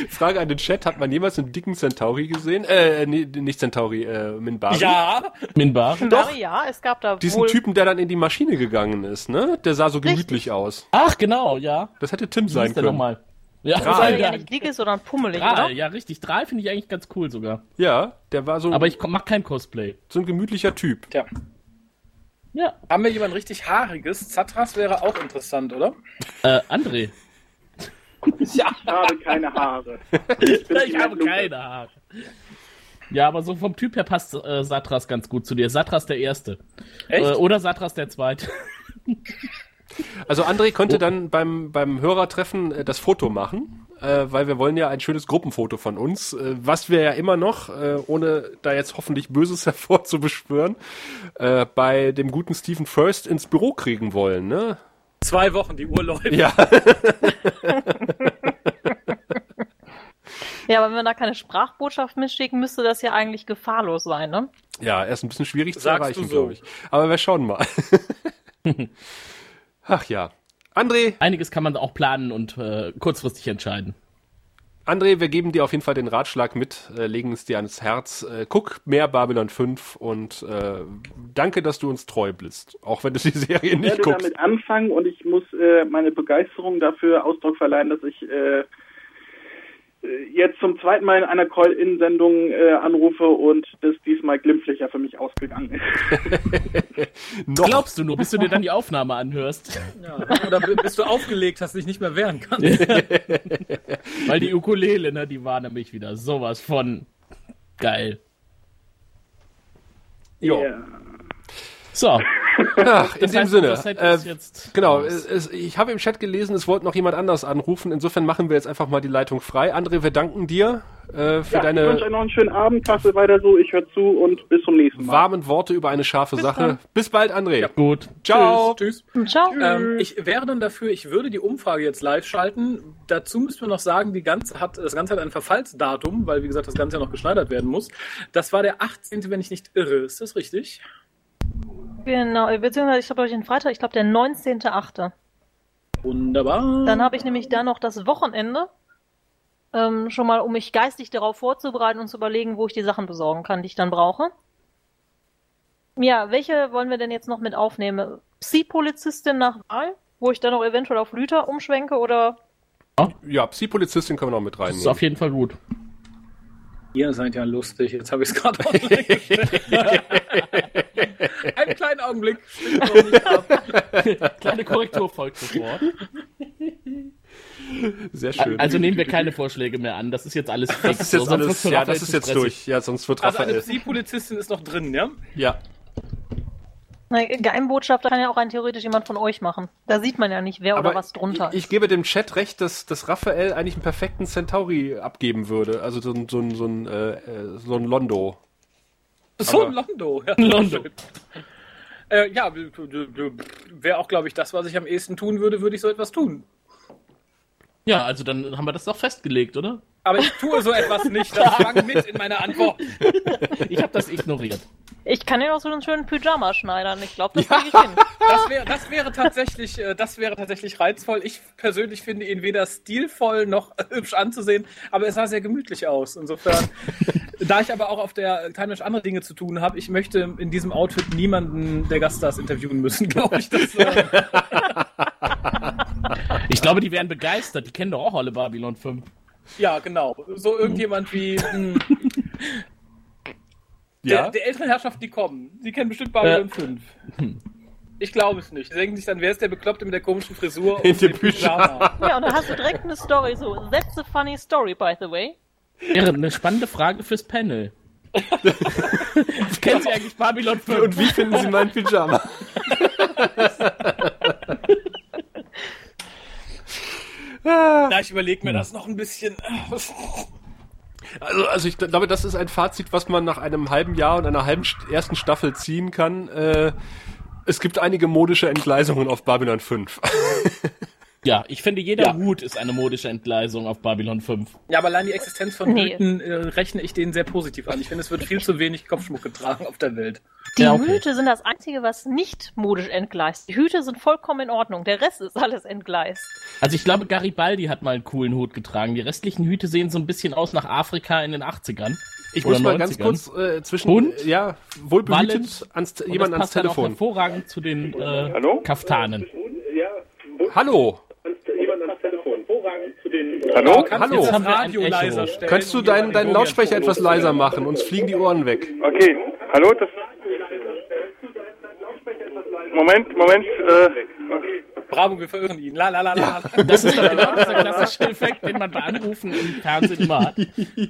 C: Frage an den Chat, hat man jemals einen dicken Centauri gesehen? Äh, nee, nicht Centauri, äh, Minbari.
F: Ja,
D: Minbar.
E: Doch. ja, es gab da
C: Diesen
E: wohl...
C: Typen, der dann in die Maschine gegangen ist, ne? Der sah so gemütlich aus.
D: Ach, genau, ja.
C: Das hätte Tim
D: Wie
C: sein
D: hieß der
C: können.
D: nochmal? Ja,
E: Weil
C: Drei.
E: er ja nicht dick ist, sondern pummelig, ne?
D: Drei,
E: oder?
D: ja, richtig. Drei finde ich eigentlich ganz cool sogar.
C: Ja, der war so,
D: Aber ich mache kein Cosplay.
C: so ein gemütlicher Typ.
F: tja.
D: Ja.
F: Haben wir jemand richtig haariges? Zatras wäre auch interessant, oder?
D: Äh, André.
H: Ich
F: Ja.
H: habe keine Haare. Ich, bin
D: Ich
H: Tina
D: habe
H: Blum.
D: keine Haare. Ja, aber so vom Typ her passt äh, Satras ganz gut zu dir. Satras der Erste.
F: Echt?
D: Äh, oder Satras der Zweite.
C: Also André
F: Oh.
C: konnte dann beim, beim Hörertreffen äh, das Foto machen, äh, weil wir wollen ja ein schönes Gruppenfoto von uns, äh, was wir ja immer noch, äh, ohne da jetzt hoffentlich Böses hervorzubeschwören, äh, bei dem guten Stephen First ins Büro kriegen wollen, ne?
F: Zwei Wochen, die Uhr läuft.
C: Ja.
E: Ja, aber wenn man da keine Sprachbotschaft mitschicken, müsste das ja eigentlich gefahrlos sein, ne?
C: Ja, er ist ein bisschen schwierig zu
F: Sagst
C: erreichen,
F: du so.
C: glaube ich. Aber wir schauen mal. Ach ja. André,
D: Einiges kann man auch planen und äh, kurzfristig entscheiden.
C: André, wir geben dir auf jeden Fall den Ratschlag mit, äh, legen es dir ans Herz. Äh, guck mehr Babylon 5 und äh, danke, dass du uns treu bist, auch wenn du die Serie
H: Ich
C: nicht
H: werde
C: guckst.
H: damit anfangen und ich muss äh, meine Begeisterung dafür Ausdruck verleihen, dass ich äh, äh, jetzt zum zweiten Mal in einer Call-In-Sendung äh, anrufe und das diesmal glimpflicher für mich ausgegangen ist.
C: Noch.
D: Glaubst du nur, bis du dir dann die Aufnahme anhörst.
F: Ja, oder b- bis du aufgelegt hast, dich nicht mehr wehren kannst.
D: Weil die Ukulele, ne, die war nämlich wieder sowas von geil.
C: Jo.
H: Ja.
D: So,
C: Ach, in dem
D: heißt,
C: Sinne.
D: das hätte
C: äh,
D: ich jetzt-
C: Genau, es, es, ich habe im Chat gelesen, es wollte noch jemand anders anrufen. Insofern machen wir jetzt einfach mal die Leitung frei. André, wir danken dir
H: Ja,
C: äh, für
H: ich wünsche euch
C: deine
H: noch einen schönen Abend, passt weiter so, ich höre zu und bis zum nächsten Mal.
C: warmen Worte über eine scharfe Sache. Bis bald, André.
D: gut.
C: Ciao.
F: Tschüss. tschüss.
E: Hm, Ciao.
F: Ähm, ich wäre dann dafür, ich würde die Umfrage jetzt live schalten. Dazu müssen wir noch sagen, die ganze hat, das Ganze hat ein Verfallsdatum, weil, wie gesagt, das Ganze ja noch geschneidert werden muss. Das war der 18., wenn ich nicht irre. Ist das richtig?
E: Genau, äh, beziehungsweise ich habe euch den Freitag, ich glaube der 19.8.
F: Wunderbar.
E: Dann habe ich nämlich da noch das Wochenende. Ähm, schon mal, um mich geistig darauf vorzubereiten und zu überlegen, wo ich die Sachen besorgen kann, die ich dann brauche. Ja, welche wollen wir denn jetzt noch mit aufnehmen? Psi-Polizistin nach Wahl, wo ich dann noch eventuell auf Lüter umschwenke oder
C: Ja, Psi-Polizistin können wir noch mit
D: Das ist auf
C: reinnehmen.
D: jeden Fall gut.
F: Ihr seid ja lustig. Jetzt habe ich es gerade online gestellt. Einen kleinen Augenblick. Stimmt noch nicht ab.
D: Kleine Korrektur folgt sofort.
C: Sehr schön.
D: Also nehmen wir keine Vorschläge mehr an. Das ist jetzt alles fix.
C: das ist jetzt
D: So, sonst
C: alles,
D: wird's für
C: ja,
D: Raphael
C: das ist
D: zu
C: jetzt
D: stressig.
C: durch. Ja, sonst wird
F: Also eine
C: Raphael.
F: Psi-Polizistin ist noch drin, ja?
C: Ja.
E: Na, Geheimbotschafter kann ja auch rein theoretisch jemand von euch machen. Da sieht man ja nicht, wer oder was drunter
C: ich, ich gebe dem Chat recht, dass, dass Raphael eigentlich einen perfekten Centauri abgeben würde. Also so ein, so ein, so ein, äh, äh, so ein Londo.
F: So
C: Aber-
F: ein Londo. Ja,
D: Londo.
F: schön. Äh, ja, wäre auch, glaube ich, das, was ich am ehesten tun würde, würde ich so etwas tun.
D: Ja, also dann haben wir das doch festgelegt, oder?
F: Aber ich tue so etwas nicht. Das fang mit in meiner Antwort.
D: Ich habe das ignoriert.
E: Ich kann ja noch so einen schönen Pyjama schneidern. Ich glaube, das kriege ich hin.
F: Das wäre, das wäre tatsächlich, äh, das wäre tatsächlich reizvoll. Ich persönlich finde ihn weder stilvoll noch hübsch anzusehen, aber es sah sehr gemütlich aus. Insofern, da ich aber auch auf der Timeline andere Dinge zu tun habe, ich möchte in diesem Outfit niemanden der Gaststars interviewen müssen, glaube ich. Das, äh,
D: Ich glaube, die wären begeistert. Die kennen doch auch alle Babylon 5.
F: ja, genau. So irgendjemand wie mh,
C: Ja.
F: der, der älteren Herrschaften, die kommen. Sie kennen bestimmt
D: Äh.
F: Babylon 5. Ich glaube es nicht. Sie denken sich dann, wer ist der Bekloppte mit der komischen Frisur
C: In dem Pyjama.
E: Ja, und dann hast du direkt eine Story. So, that's a funny story, by the way.
D: Wäre eine spannende Frage fürs Panel. Kennen Sie eigentlich Babylon 5?
C: Und wie finden Sie meinen Pyjama?
F: Na, ich überlege
D: Hm.
F: mir das noch ein bisschen.
C: Also, also ich glaube, das ist ein Fazit, was man nach einem halben Jahr und einer halben St- ersten Staffel ziehen kann. Äh, es gibt einige modische Entgleisungen auf Babylon 5.
D: Ja, ich finde, jeder Hut ist eine modische Entgleisung auf Babylon 5.
F: Ja, aber allein die Existenz von
E: Nee.
F: Mythen äh, rechne ich denen sehr positiv an. Ich finde, es wird viel zu wenig Kopfschmuck getragen auf der Welt.
E: Die
D: Ja, okay.
E: Hüte sind das Einzige, was nicht modisch entgleist. Die Hüte sind vollkommen in Ordnung. Der Rest ist alles entgleist.
D: Also ich glaube, Garibaldi hat mal einen coolen Hut getragen. Die restlichen Hüte sehen so ein bisschen aus nach Afrika in den 80ern.
C: Ich
D: Oder
C: muss mal ganz
D: 90ern.
C: kurz äh, zwischen
D: Hund?
C: ja
D: Wallet?
C: wohlbehütet ans,
D: Und
C: jemand
D: das
C: ans
D: passt dann auch
C: Telefon.
D: hervorragend zu den äh,
I: Hallo?
D: Kaftanen.
C: Hallo,
I: Jemand am Telefon.
F: Hallo?
C: Hallo.
F: Kannst du
D: Oh, Jetzt haben
F: das
D: wir ein
F: Radio
D: Echo.
F: leiser stellen?
C: könntest du
F: und jemanden
C: deinen deinen
F: den
C: Lautsprecher
F: Domian
C: etwas leiser machen? Uns fliegen die Ohren weg.
I: Okay, hallo, das. Moment, Moment. Äh,
F: vorrufen? Bravo, wir verirren ihn. La, la, la, la.
D: Das ist doch genau dieser klassische Effekt, den man bei Anrufen im Fernsehen immer hat.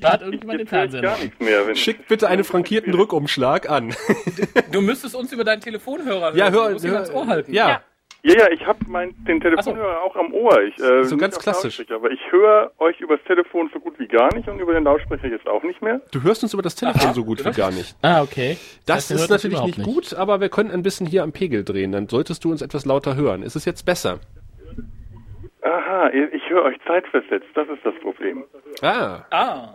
D: Da hat irgendjemand den
I: hört
D: Fernseher.
I: gar
D: noch.
I: nichts mehr. Wenn
C: Schickt bitte einen frankierten Rückumschlag an.
F: Du müsstest uns über deinen Telefonhörer hören.
C: ja,
F: Du
C: hör,
F: musst ihn ans Ohr
C: hör
F: halten.
C: ja,
I: ja, ja, ich habe den Telefonhörer auch am Ohr. Ich, äh,
C: So ganz
I: nicht auf
C: klassisch.
I: Lautsprecher, Aber ich höre euch übers Telefon so gut wie gar nicht und über den Lautsprecher jetzt auch nicht mehr.
C: du hörst uns über das Telefon so gut wie gar nicht.
D: Ah, okay.
C: Das
D: heißt, ihr
C: ist
D: hört uns
C: natürlich
D: überhaupt
C: nicht gut, aber wir können ein bisschen hier am Pegel drehen. Dann solltest du uns etwas lauter hören. Ist es jetzt besser?
I: Aha, ich, ich höre euch zeitversetzt. Das ist das Problem.
C: Ah,
F: Ah,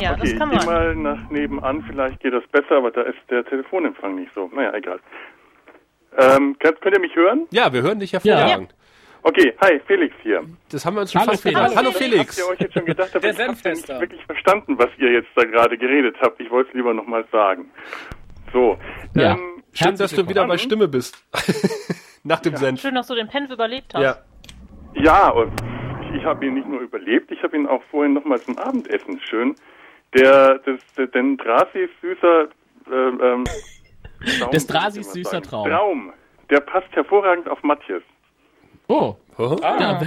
E: Ja,
I: Okay,
E: das
I: ich
E: kann
I: gehe
E: man.
I: mal nach nebenan. Vielleicht geht das besser, aber da ist der Telefonempfang nicht so. Naja, egal. Ähm, könnt, könnt ihr mich hören?
C: ja, wir hören dich hervorragend.
I: Okay, hi, Felix hier.
C: Das haben wir uns schon
D: Hallo,
C: fast
D: Felix.
C: gedacht. Hallo
I: Habt
C: Felix.
I: ihr euch jetzt schon gedacht, aber
F: Der
I: ich habe nicht
F: Senftester.
I: wirklich verstanden, was ihr jetzt da gerade geredet habt. Ich wollte es lieber nochmal sagen. So.
D: Ja.
I: Ähm,
C: Schön, dass du wieder bei Stimme bist. Nach dem Senf.
E: Schön, dass du den Penf überlebt hast.
C: Ja.
I: ja, und ich habe ihn nicht nur überlebt, ich habe ihn auch vorhin nochmal zum Abendessen schön. Der, das, der, den Drasis süßer, ähm, ähm, Traum,
D: Des
I: würde ich
D: Drasis
I: mal
D: süßer
I: sagen.
D: Traum.
I: Traum. Der passt hervorragend auf Matthias.
D: Oh,
C: Ah.
D: ja.
I: Ah,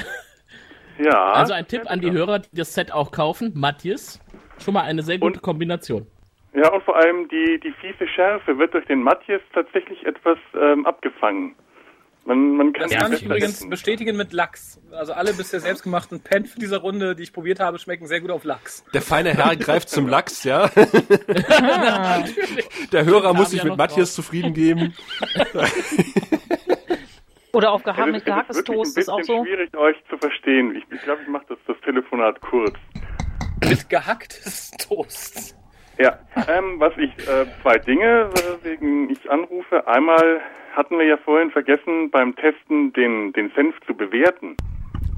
I: Ja.
D: also ein Tipp an die Hörer, die das Set auch kaufen. Matthias, schon mal eine sehr gute
I: Und-
D: Kombination.
I: Ja, und vor allem die, die fiese Schärfe wird durch den Matthias tatsächlich etwas ähm, abgefangen. Man, man kann
F: Das
I: ihn
F: kann ich
I: besser
F: übrigens
I: essen.
F: bestätigen mit Lachs. Also alle bisher selbstgemachten Pen für dieser Runde, die ich probiert habe, schmecken sehr gut auf Lachs.
C: Der feine Herr greift zum Lachs, ja. Der Hörer muss sich
D: ja
C: mit
D: noch
C: Matthias zufrieden geben.
E: Oder auf
I: Es
E: gehacktes
I: ist, es ist
E: gehacktes
I: Äh, wirklich
E: Toast
I: ein
E: ist auch
I: bisschen
E: so.
I: schwierig, euch zu verstehen. Ich, ich glaube, ich mache das, das Telefonat kurz.
F: Mit gehacktes Toast.
I: Ja, ähm, was ich, äh, zwei Dinge, äh, wegen ich anrufe. Einmal hatten wir ja vorhin vergessen, beim Testen den, den Senf zu bewerten.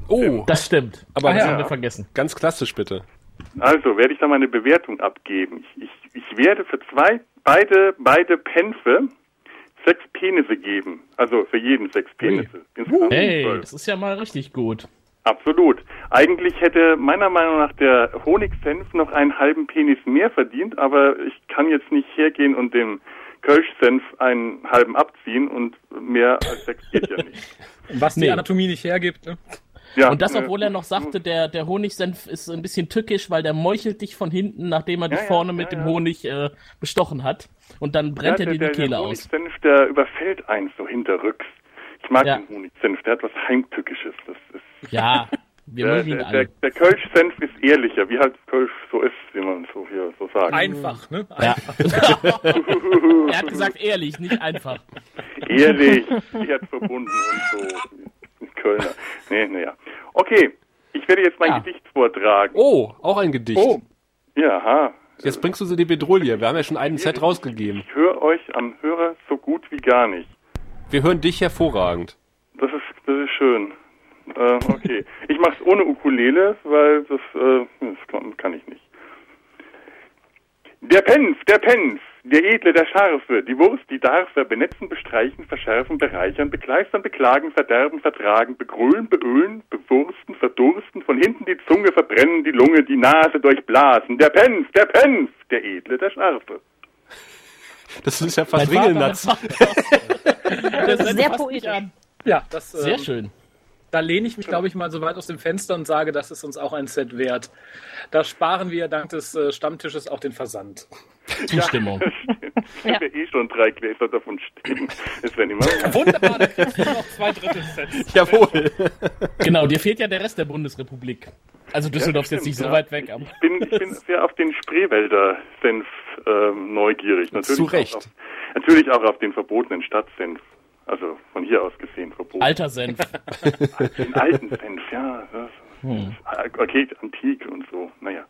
C: Oh,
D: Das stimmt.
C: Aber-
D: das
C: Ja.
D: haben wir vergessen.
C: ganz klassisch bitte.
I: Also werde ich da meine Bewertung abgeben. Ich, ich, ich werde für zwei, beide, beide Penfe sechs Penisse geben. Also für jeden sechs Penisse. Insgesamt
D: Hey,
I: zwölf.
D: das ist ja mal richtig gut.
I: Absolut. Eigentlich hätte meiner Meinung nach der Honigsenf noch einen halben Penis mehr verdient, aber ich kann jetzt nicht hergehen und dem Kölschsenf einen halben abziehen und mehr als sechs geht ja nicht.
F: Was die
D: Nee.
F: Anatomie nicht hergibt, ne?
I: Ja,
D: Und das,
I: äh,
D: obwohl er noch sagte, der, der Honigsenf ist ein bisschen tückisch, weil der meuchelt dich von hinten, nachdem er dich
I: ja,
D: vorne
I: ja,
D: mit dem
I: ja.
D: Honig äh, bestochen hat. Und dann brennt
I: Ja,
D: er dir die
I: der,
D: Kehle
I: der
D: aus.
I: Honigsenf, der überfällt einen so hinterrücks. Ich mag
D: Ja.
I: den Honigsenf, der hat was Heimtückisches. Das ist,
D: Ja, wir
I: der,
D: mögen
I: der,
D: ihn
I: der,
D: alle.
I: der Kölschsenf ist ehrlicher, wie halt Kölsch so ist, wie man so hier so sagt.
F: Einfach, ne?
D: Ja. er hat gesagt, ehrlich, nicht einfach.
I: Ehrlich, die hat verbunden und so. Kölner. Nee, naja. Okay, ich werde jetzt mein
D: Ja.
I: Gedicht vortragen.
C: Oh, auch ein Gedicht.
F: Oh,
I: Ja, ha.
C: Jetzt bringst du sie die Bedrouille. Wir haben ja schon einen Set rausgegeben.
I: Ich höre euch am Hörer so gut wie gar nicht.
C: Wir hören dich hervorragend.
I: Das ist, das ist schön. Äh, okay, ich mache es ohne Ukulele, weil das, äh, das kann, kann ich nicht. Der Penf, der Penf, der Edle, der Scharfe, die Wurst, die Darfe, benetzen, bestreichen, verschärfen, bereichern, begleistern, beklagen, verderben, vertragen, begrölen, beölen, bewursten, verdursten, von hinten die Zunge verbrennen, die Lunge, die Nase durchblasen. Der Penf, der Penf, der Edle, der Scharfe.
C: Das ist ja fast
D: Mein
C: Ringelnatz.
D: Vater, mein Vater. Der Senf
E: Also Sehr
D: fasst mich
E: poetisch.
D: an.
F: ja, das, ähm,
D: Sehr schön.
F: da lehne ich mich, glaube ich, mal so weit aus dem Fenster und sage, das ist uns auch ein Set wert. Da sparen wir dank des äh, Stammtisches auch den Versand.
D: Zustimmung.
I: Ich habe ja eh schon drei Gläser davon stehen. Es werden immer mehr.
F: Wunderbar, da kriegst du noch zwei Drittel Sets.
C: Jawohl.
D: Genau, dir fehlt ja der Rest der Bundesrepublik. Also Düsseldorf ist jetzt nicht so
I: stimmt, ja.
D: weit weg, aber
I: Ich bin, ich bin sehr auf den Spreewälder-Senf ähm, neugierig. Natürlich
C: Zu Recht.
I: Auch auf, natürlich auch auf den verbotenen Stadtsenf. Also von hier aus gesehen verboten.
D: alter Senf.
I: Den alten Senf, ja. Das, das, okay, antik und so. Naja.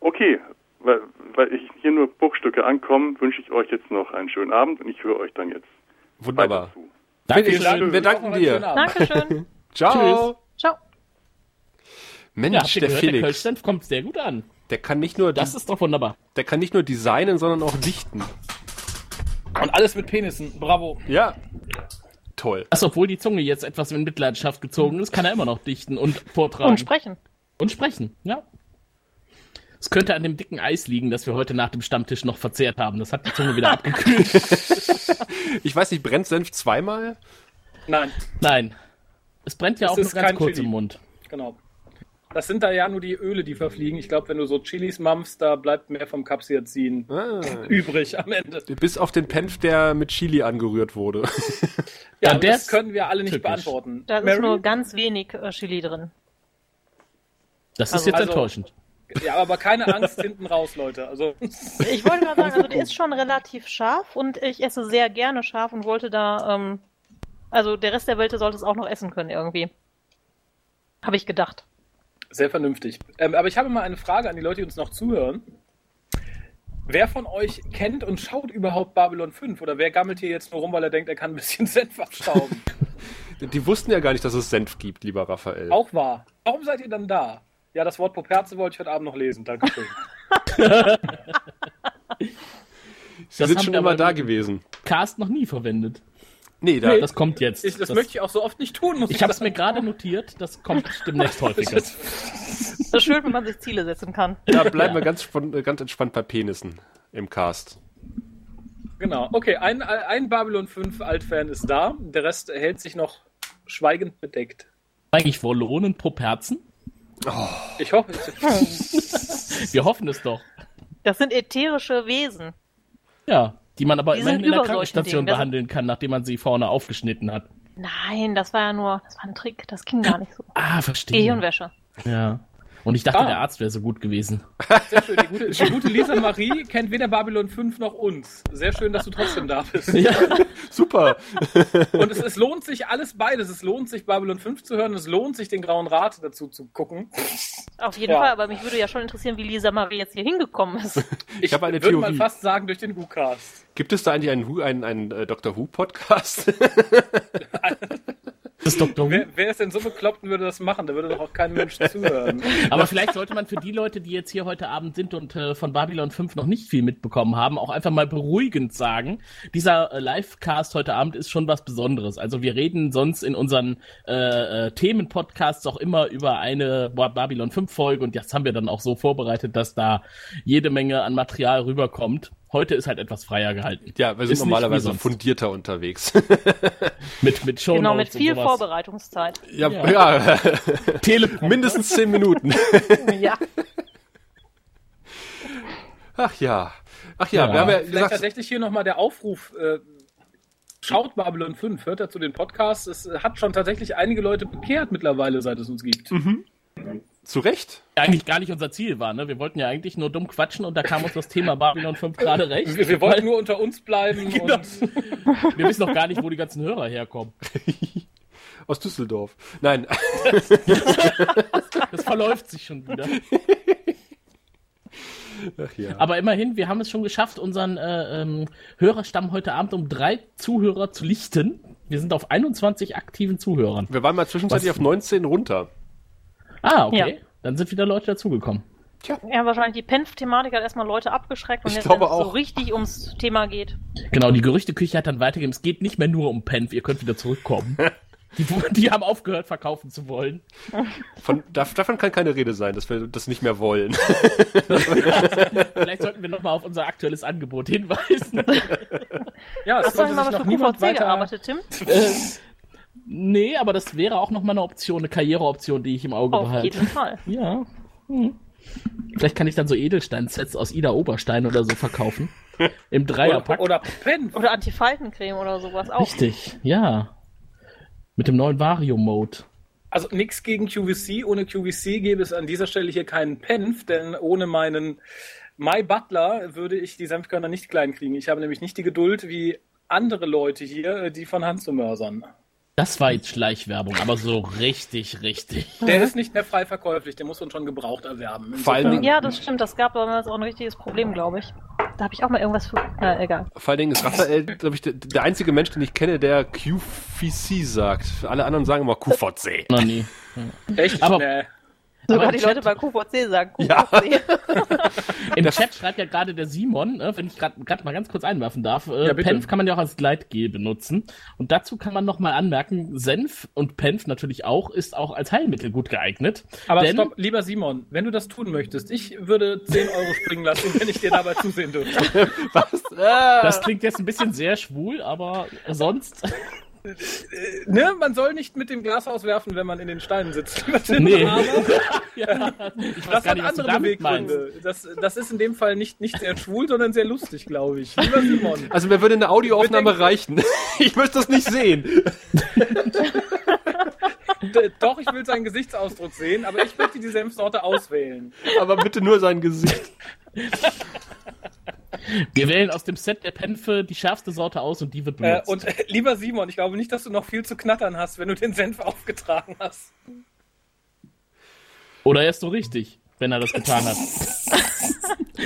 I: Okay, weil, weil ich hier nur Bruchstücke ankomme, wünsche ich euch jetzt noch einen schönen Abend und ich höre euch dann jetzt weiter
C: Wunderbar.
I: zu.
C: Felix,
D: Dankeschön.
C: wir danken dir.
F: Abend.
E: Dankeschön.
C: Ciao.
E: Ciao.
D: Ja,
C: Mensch,
D: habt ihr
C: der
D: gehört, der
C: Felix,
D: Kölsch-Senf kommt sehr gut an.
C: der kann nicht nur
D: Das ist doch wunderbar.
C: der kann nicht nur designen, sondern auch dichten.
F: Und alles mit Penissen. Bravo.
C: Ja. Toll.
D: Das, obwohl die Zunge jetzt etwas in Mitleidenschaft gezogen ist, kann er immer noch dichten und vortragen.
E: Und sprechen.
D: Und sprechen, ja. Es könnte an dem dicken Eis liegen, das wir heute nach dem Stammtisch noch verzehrt haben. Das hat die Zunge wieder abgekühlt.
C: Ich weiß nicht, brennt Senf zweimal?
F: Nein,
D: Nein. Es brennt ja
F: Es
D: auch nur
F: ist
D: ganz
F: kein
D: kurz
F: Chili.
D: im Mund.
F: genau. Das sind da ja nur die Öle, die verfliegen. Ich glaube, wenn du so Chilis mampfst, da bleibt mehr vom Capsaicin
C: Ah.
F: übrig am Ende.
C: Bis auf den Penf, der mit Chili angerührt wurde.
F: Ja,
D: Ja,
F: aber
D: der
F: das
D: ist
F: können wir alle nicht
D: typisch.
F: beantworten.
E: Da ist
F: Mary?
E: nur ganz wenig äh, Chili drin.
D: Das ist
E: Also-
D: jetzt
F: also-
D: enttäuschend.
F: Ja, aber keine Angst hinten raus, Leute. Also
E: Ich wollte mal sagen, also der ist schon relativ scharf und ich esse sehr gerne scharf und wollte da, ähm, also der Rest der Welt sollte es auch noch essen können irgendwie. Habe ich gedacht.
F: sehr vernünftig. Ähm, aber ich habe mal eine Frage an die Leute, die uns noch zuhören. Wer von euch kennt und schaut überhaupt Babylon 5? Oder wer gammelt hier jetzt nur rum, weil er denkt, er kann ein bisschen Senf abstauben?
C: Die wussten ja gar nicht, dass es Senf gibt, lieber Raphael.
F: Auch wahr. Warum seid ihr dann da? Ja, das Wort Poperze wollte ich heute Abend noch lesen. Dankeschön.
C: Sie
D: das
C: sind
D: haben
C: schon
D: wir
C: immer
D: aber-
C: da gewesen.
D: Cast noch nie verwendet.
C: Nee, da,
D: Das kommt jetzt.
F: Ich, das,
D: Das-
F: möchte ich auch so oft nicht tun, muss ich,
D: ich habe es mir
F: sagen.
D: gerade notiert, das kommt demnächst häufiger.
E: Das ist schön, wenn man sich Ziele setzen kann.
C: da bleiben wir ganz, spon- ganz entspannt bei Penissen im Cast.
F: Genau. Okay, ein, ein Babylon 5 Altfan ist da. Der Rest hält sich noch schweigend bedeckt.
D: Eigentlich Wollonen pro Perzen?
F: Ich hoffe,
D: Wir hoffen es doch.
E: Das sind ätherische Wesen.
D: Ja, die man aber
E: Die
D: immerhin
E: sind
D: in der
E: über
D: Krankenstation
E: solchen Dingen, das-
D: behandeln kann, nachdem man sie vorne aufgeschnitten hat.
E: Nein, das war ja nur, das war ein Trick. Das ging gar nicht so.
D: Ah, verstehe.
E: Gehirnwäsche.
D: Ja. Und ich dachte,
F: Ah.
D: der Arzt wäre so gut gewesen.
F: sehr schön. Die gute, die gute Lisa Marie kennt weder Babylon 5 noch uns. Sehr schön, dass du trotzdem da bist.
C: Super!
F: Und es, es lohnt sich alles beides. Es lohnt sich, Babylon 5 zu hören. Es lohnt sich, den Grauen Rat dazu zu gucken.
E: Auf jeden
F: Ja.
E: Fall, aber mich würde ja schon interessieren, wie Lisa Marie jetzt hier hingekommen ist.
F: Oh,
C: Ich habe eine
F: würde mal
C: Theorie.
F: fast sagen, durch den WhoCast.
C: Gibt es da eigentlich einen, Who- einen, einen äh, Doctor Who-Podcast?
D: Das ist Dr. Who.
F: Wer, wer ist denn so bekloppt und würde das machen? Da würde doch auch kein Mensch zuhören.
D: Aber vielleicht sollte man für die Leute, die jetzt hier heute Abend sind und äh, von Babylon 5 noch nicht viel mitbekommen haben, auch einfach mal beruhigend sagen, dieser äh, Livecast heute Abend ist schon was Besonderes. Also wir reden sonst in unseren äh, äh, Themenpodcasts auch immer über eine Ba- Babylon 5 Folge und das haben wir dann auch so vorbereitet, dass da jede Menge an Material rüberkommt. Heute ist halt etwas freier gehalten.
C: ja, wir sind
D: Ist nicht wie
C: normalerweise
D: sonst.
C: fundierter unterwegs.
D: Mit, mit Show
E: Genau, mit viel Vorbereitungszeit.
C: ja, ja. mindestens zehn Minuten.
E: Ja.
C: Ach ja. Ach ja,
D: Ja.
C: wir haben ja
F: Vielleicht
C: gesagt,
F: tatsächlich hier nochmal der Aufruf. Äh, Schaut Babylon 5, hört dazu den Podcast. Es äh, hat schon tatsächlich einige Leute bekehrt mittlerweile, seit es uns gibt.
D: Mhm.
C: zu Recht.
D: eigentlich gar nicht unser Ziel war, ne? Wir wollten ja eigentlich nur dumm quatschen und da kam uns das Thema Babylon 5 gerade recht.
F: Wir, wir
D: Weil-
F: wollten nur unter uns bleiben.
D: Genau.
F: Und
D: Wir wissen noch gar nicht, wo die ganzen Hörer herkommen.
C: Aus Düsseldorf. Nein,
D: Das verläuft sich schon wieder.
C: ach ja.
D: Aber immerhin, wir haben es schon geschafft, unseren äh, ähm, Hörerstamm heute Abend um drei Zuhörer zu lichten. Wir sind auf 21 aktiven Zuhörern.
C: Wir waren mal zwischenzeitlich
D: Was-
C: auf 19 runter.
D: Ah, okay.
E: Ja.
D: Dann sind wieder Leute dazugekommen.
E: Ja, wahrscheinlich die Penf-Thematik hat erstmal Leute abgeschreckt und
C: Ich
E: jetzt, wenn
C: glaube
E: es so
C: auch.
E: richtig ums Thema geht.
D: Genau, die Gerüchteküche hat dann weitergegeben, es geht nicht mehr nur um Penf, ihr könnt wieder zurückkommen. Die, die haben aufgehört, verkaufen zu wollen.
C: Von, dav- davon kann keine Rede sein, dass wir das nicht mehr wollen.
D: Vielleicht sollten wir nochmal auf unser aktuelles Angebot hinweisen.
F: ja, es
E: Hast du
F: sollte
E: eigentlich mal mit
F: sich noch niemand
E: QVC
F: weiter...
E: gearbeitet, Tim?
D: Nee, aber das wäre auch nochmal eine Option, eine Karriereoption, die ich im Auge
E: Auf
D: behalte.
E: jeden Fall.
D: halt. Ja. Hm. Vielleicht kann ich dann so Edelstein-Sets aus Ida Oberstein oder so verkaufen. Im Dreierpack.
F: Oder, oder Pen.
E: Oder Antifaltencreme oder sowas auch.
D: Richtig, ja. Mit dem neuen Vario-Mode.
F: Also nichts gegen QVC. Ohne QVC gäbe es an dieser Stelle hier keinen Penf, denn ohne meinen My Butler würde ich die Senfkörner nicht klein kriegen. Ich habe nämlich nicht die Geduld wie andere Leute hier, äh, die von Hand zu mörsern.
D: Das war jetzt Schleichwerbung, aber so richtig, richtig.
F: Der ist nicht mehr frei verkäuflich, der muss man schon gebraucht erwerben.
C: Vor allen Dingen-
E: Ja, das stimmt. Das gab damals auch ein richtiges Problem, glaube ich. Da habe ich auch mal irgendwas für. Na, egal.
C: Vor allen Dingen ist Raphael, glaube ich, der, der einzige Mensch, den ich kenne, der QVC sagt. Alle anderen sagen immer QVC.
D: Noch nie.
F: Echt?
D: Aber- Aber
F: Nee.
E: Sogar
D: im
E: die Leute
D: Chat-
E: bei QVC sagen QVC.
D: Im Chat schreibt ja gerade der Simon, äh, wenn ich gerade mal ganz kurz einwerfen darf, äh,
F: Ja, bitte.
D: Penf kann man ja auch als Gleitgel benutzen. Und dazu kann man nochmal anmerken, Senf und Penf natürlich auch, ist auch als Heilmittel gut geeignet.
F: Aber
D: Denn-
F: stopp, lieber Simon, wenn du das tun möchtest, ich würde 10 Euro springen lassen, wenn ich dir dabei zusehen dürfte.
D: Das klingt jetzt ein bisschen sehr schwul, aber sonst.
F: ne? Man soll nicht mit dem Glas auswerfen, wenn man in den Steinen sitzt.
D: Nee.
F: Aber
D: ja, ich weiß
F: das
D: gar
F: hat
D: nicht, was du
F: andere
D: damit meinst.
F: Beweggründe. Das, das ist in dem Fall nicht, nicht sehr schwul, sondern sehr lustig, glaube ich. Lieber Simon.
C: Also mir würde eine Audioaufnahme
F: Bedenken-
C: reichen. Ich möchte das nicht sehen.
F: D doch, ich will seinen Gesichtsausdruck sehen, aber ich möchte die Senfsorte auswählen.
C: Aber bitte nur sein Gesicht.
D: Wir wählen aus dem Set der Penfe die schärfste Sorte aus und die wird
F: Äh,
D: benutzt.
F: und äh, lieber Simon, ich glaube nicht, dass du noch viel zu knattern hast, wenn du den Senf aufgetragen hast.
D: Oder er ist so richtig, wenn er das getan hat.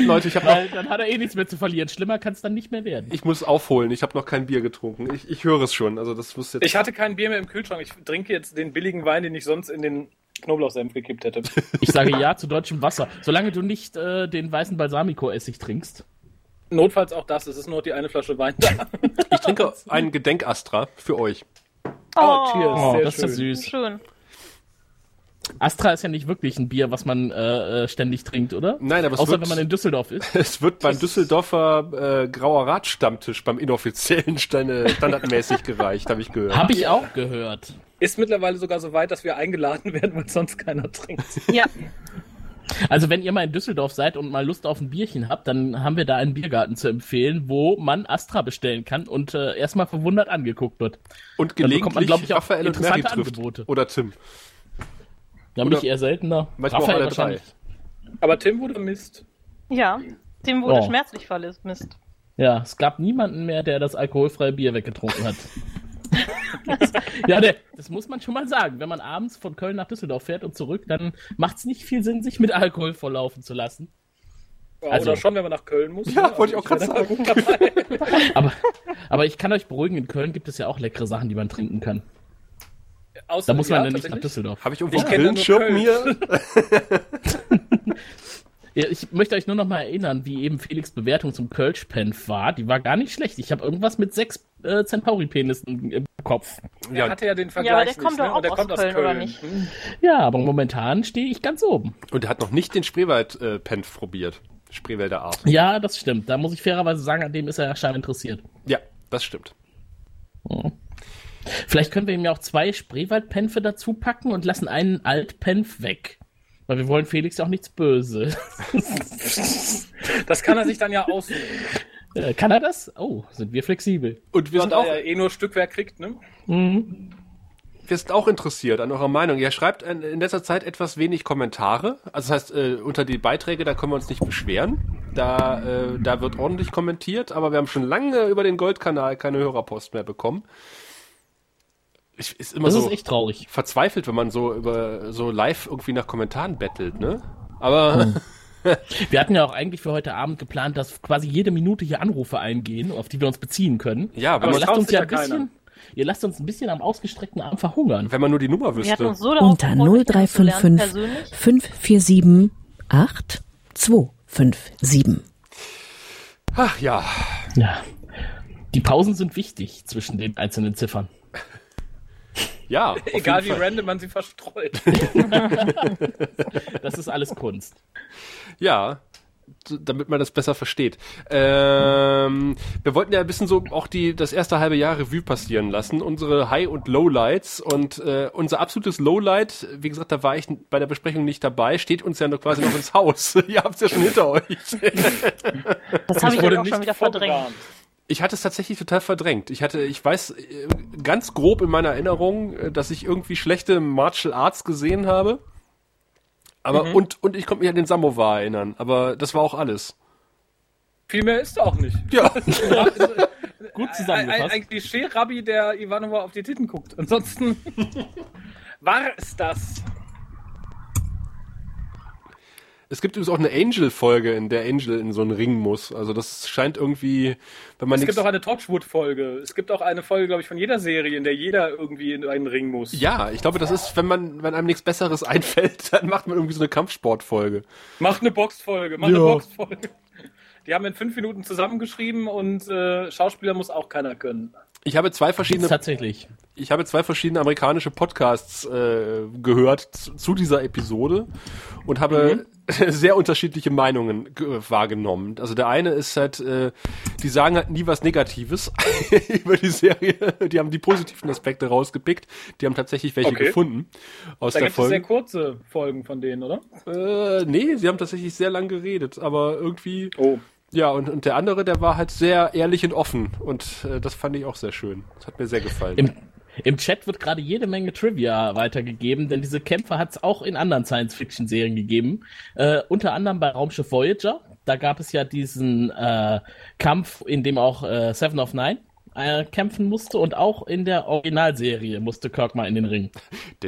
C: Leute, ich habe noch
D: Weil dann hat er eh nichts mehr zu verlieren. Schlimmer kann es dann nicht mehr werden.
C: ich muss aufholen. Ich habe noch kein Bier getrunken. Ich, ich höre es schon. Also das muss jetzt.
F: Ich hatte kein Bier mehr im Kühlschrank. Ich trinke jetzt den billigen Wein, den ich sonst in den Knoblauchsenf gekippt hätte.
D: Ich sage ja zu deutschem Wasser. Solange du nicht äh, den weißen Balsamico-Essig trinkst.
F: Notfalls auch das. Es ist nur die eine Flasche Wein da.
C: Ich trinke einen Gedenkastra für euch.
E: Oh,
D: Oh,
F: Sehr
D: das ist ja
F: schön.
D: süß.
E: schön.
D: Astra ist ja nicht wirklich ein Bier, was man äh, äh, ständig trinkt, oder?
C: Nein, aber es
D: Außer
C: wird-
D: wenn man in Düsseldorf ist.
C: Es wird beim Düsseldorfer äh, Grauer Rat Stammtisch beim inoffiziellen Stande, standardmäßig gereicht, habe ich gehört.
D: Habe ich auch gehört.
F: Ist mittlerweile sogar so weit, dass wir eingeladen werden, weil sonst keiner trinkt.
E: Ja,
D: Also wenn ihr mal in Düsseldorf seid und mal Lust auf ein Bierchen habt, dann haben wir da einen Biergarten zu empfehlen, wo man Astra bestellen kann und äh, erstmal verwundert angeguckt wird.
C: und
D: dann bekommt
C: gelegentlich
D: man, glaub ich, auch
C: Raphael und Mary
D: interessante
C: trifft.
D: Angebote.
C: Oder Tim.
D: Ja,
C: Oder
D: mich eher seltener.
C: Manchmal auch alle drei.
D: wahrscheinlich.
F: Aber Tim wurde Mist.
E: ja. Dem wurde
D: Oh.
E: schmerzlich vermisst.
D: Ja, es gab niemanden mehr, der das alkoholfreie Bier weggetrunken hat. ja, der, das muss man schon mal sagen. Wenn man abends von Köln nach Düsseldorf fährt und zurück, dann macht es nicht viel Sinn, sich mit Alkohol volllaufen zu lassen.
F: Ja,
D: Also-
F: Oder schon, wenn man nach Köln muss.
C: Ja, wollte ich auch
F: Also
C: gerade
F: wäre da gut dabei.
D: Aber, aber ich kann euch beruhigen, in Köln gibt es ja auch leckere Sachen, die man trinken kann.
F: Außer-
D: Da muss man
F: ja,
D: ja nicht nach
F: tatsächlich.
D: Düsseldorf.
C: Habe ich irgendwo
F: Ich kenn
C: einen
F: ja nur
C: Grillschirm hier?
D: Ja, ich möchte euch nur noch mal erinnern, wie eben Felix Bewertung zum Kölsch-Penf war. Die war gar nicht schlecht. Ich habe irgendwas mit sechs äh, Centauri-Penissen im Kopf.
F: Er hatte ja den Vergleich
E: Ja, aber der
F: nicht,
E: kommt
F: ne?
E: doch
F: Und der
E: auch
F: kommt
E: aus
F: aus
E: Köln,
F: Köln,
E: oder nicht?
F: Hm.
D: Ja, aber momentan stehe ich ganz oben.
C: Und er hat noch nicht den Spreewald-Penf äh, Penf probiert. Spreewälder Art.
D: Ja, das stimmt. Da muss ich fairerweise sagen, an dem ist er scheinbar interessiert.
C: Ja, das stimmt.
D: Vielleicht können wir ihm ja auch zwei Spreewald-Penfe dazu packen und lassen einen Alt-Penf weg. Weil wir wollen Felix ja auch nichts böse.
F: Das kann er sich dann ja aussuchen.
D: Äh, Kann er das? Oh, sind wir flexibel.
C: Und wir sind,
F: Da
C: auch,
F: er eh nur Stückwerk kriegt, ne?
C: wir sind auch interessiert an eurer Meinung. Ihr schreibt in in letzter Zeit etwas wenig Kommentare. Also das heißt, äh, unter die Beiträge, da können wir uns nicht beschweren. Da, äh, da wird ordentlich kommentiert, aber wir haben schon lange über den Goldkanal keine Hörerpost mehr bekommen. Ich, ist immer
D: Das
C: so
D: ist echt traurig.
C: verzweifelt, wenn man so über so live irgendwie nach Kommentaren bettelt, ne? Aber
F: Hm.
D: Wir hatten ja auch eigentlich für heute Abend geplant, dass quasi jede Minute hier Anrufe eingehen, auf die wir uns beziehen können.
C: Ja, aber
D: aber
C: das
D: ihr lasst
F: traut
D: uns
F: sich
D: ja
F: ja
D: ein bisschen, ihr lasst uns ein bisschen am ausgestreckten Arm verhungern.
C: wenn man nur die Nummer
E: Wir hatten
C: wüsste.
E: uns so darauf
G: Unter
E: gefreut, euch kennenzulernen,
G: 0355
E: persönlich.
G: 547 8257.
C: Ach ja,
D: Ja. Die Pausen sind wichtig zwischen den einzelnen Ziffern.
C: ja. auf
F: Egal
C: jeden
F: wie
C: Fall.
F: random man sie verstreut.
D: Das ist alles Kunst.
C: Ja, d- damit man das besser versteht. Ähm, wir wollten ja ein bisschen so auch die das erste halbe Jahr Revue passieren lassen, unsere High- und Lowlights und äh, unser absolutes Lowlight, wie gesagt, da war ich n- bei der Besprechung nicht dabei, steht uns ja noch quasi noch ins Haus. Ihr habt's ja schon hinter euch.
E: Das habe ich
F: wurde
E: dann auch schon
F: nicht
E: wieder verdrängt.
F: vorgewarnt.
C: Ich hatte es tatsächlich total verdrängt. Ich hatte, ich weiß äh, ganz grob in meiner Erinnerung, äh, dass ich irgendwie schlechte Martial Arts gesehen habe. Aber
F: Mhm.
C: und und ich konnte mich an den Samovar erinnern. Aber das war auch alles.
F: Viel mehr ist auch nicht.
C: Ja,
D: Gut
F: Ein, ein,
D: zusammengefasst.
F: ein Klischee-Rabbi, der Ivanova auf die Titten guckt. Ansonsten war es das.
C: es gibt übrigens auch eine Angel-Folge, in der Angel in so einen Ring muss. Also das scheint irgendwie, wenn man
F: Es
C: nichts.
F: gibt auch eine Torchwood-Folge. Es gibt auch eine Folge, glaube ich, von jeder Serie, in der jeder irgendwie in einen Ring muss.
C: Ja, ich glaube, das ist, wenn man, wenn einem nichts Besseres einfällt, dann macht man irgendwie so eine Kampfsportfolge.
F: Macht eine Boxfolge, macht
C: Ja.
F: eine Boxfolge. Die haben in fünf Minuten zusammengeschrieben und äh, Schauspieler muss auch keiner können.
C: Ich habe zwei
D: Gibt's
C: verschiedene
D: tatsächlich.
C: ich habe zwei verschiedene amerikanische Podcasts äh, gehört zu, zu dieser Episode und habe
F: Mhm.
C: sehr unterschiedliche Meinungen ge- wahrgenommen. Also der eine ist halt, äh, die sagen halt nie was Negatives über die Serie. Die haben die positiven Aspekte rausgepickt. Die haben tatsächlich welche
F: Okay.
C: gefunden aus
F: Da
C: der
F: gibt es sehr
C: Folge.
F: kurze Folgen von denen, oder?
C: Äh, nee, sie haben tatsächlich sehr lang geredet, aber irgendwie.
F: Oh.
C: Ja, und, und der andere, der war halt sehr ehrlich und offen. Und äh, das fand ich auch sehr schön. Das hat mir sehr gefallen.
D: Im, Im Chat wird gerade jede Menge Trivia weitergegeben, denn diese Kämpfe hat es auch in anderen Science-Fiction-Serien gegeben. Äh, unter anderem bei Raumschiff Voyager. Da gab es ja diesen äh, Kampf, in dem auch äh, Seven of Nine äh, kämpfen musste und auch in der Originalserie musste Kirk mal in den Ring.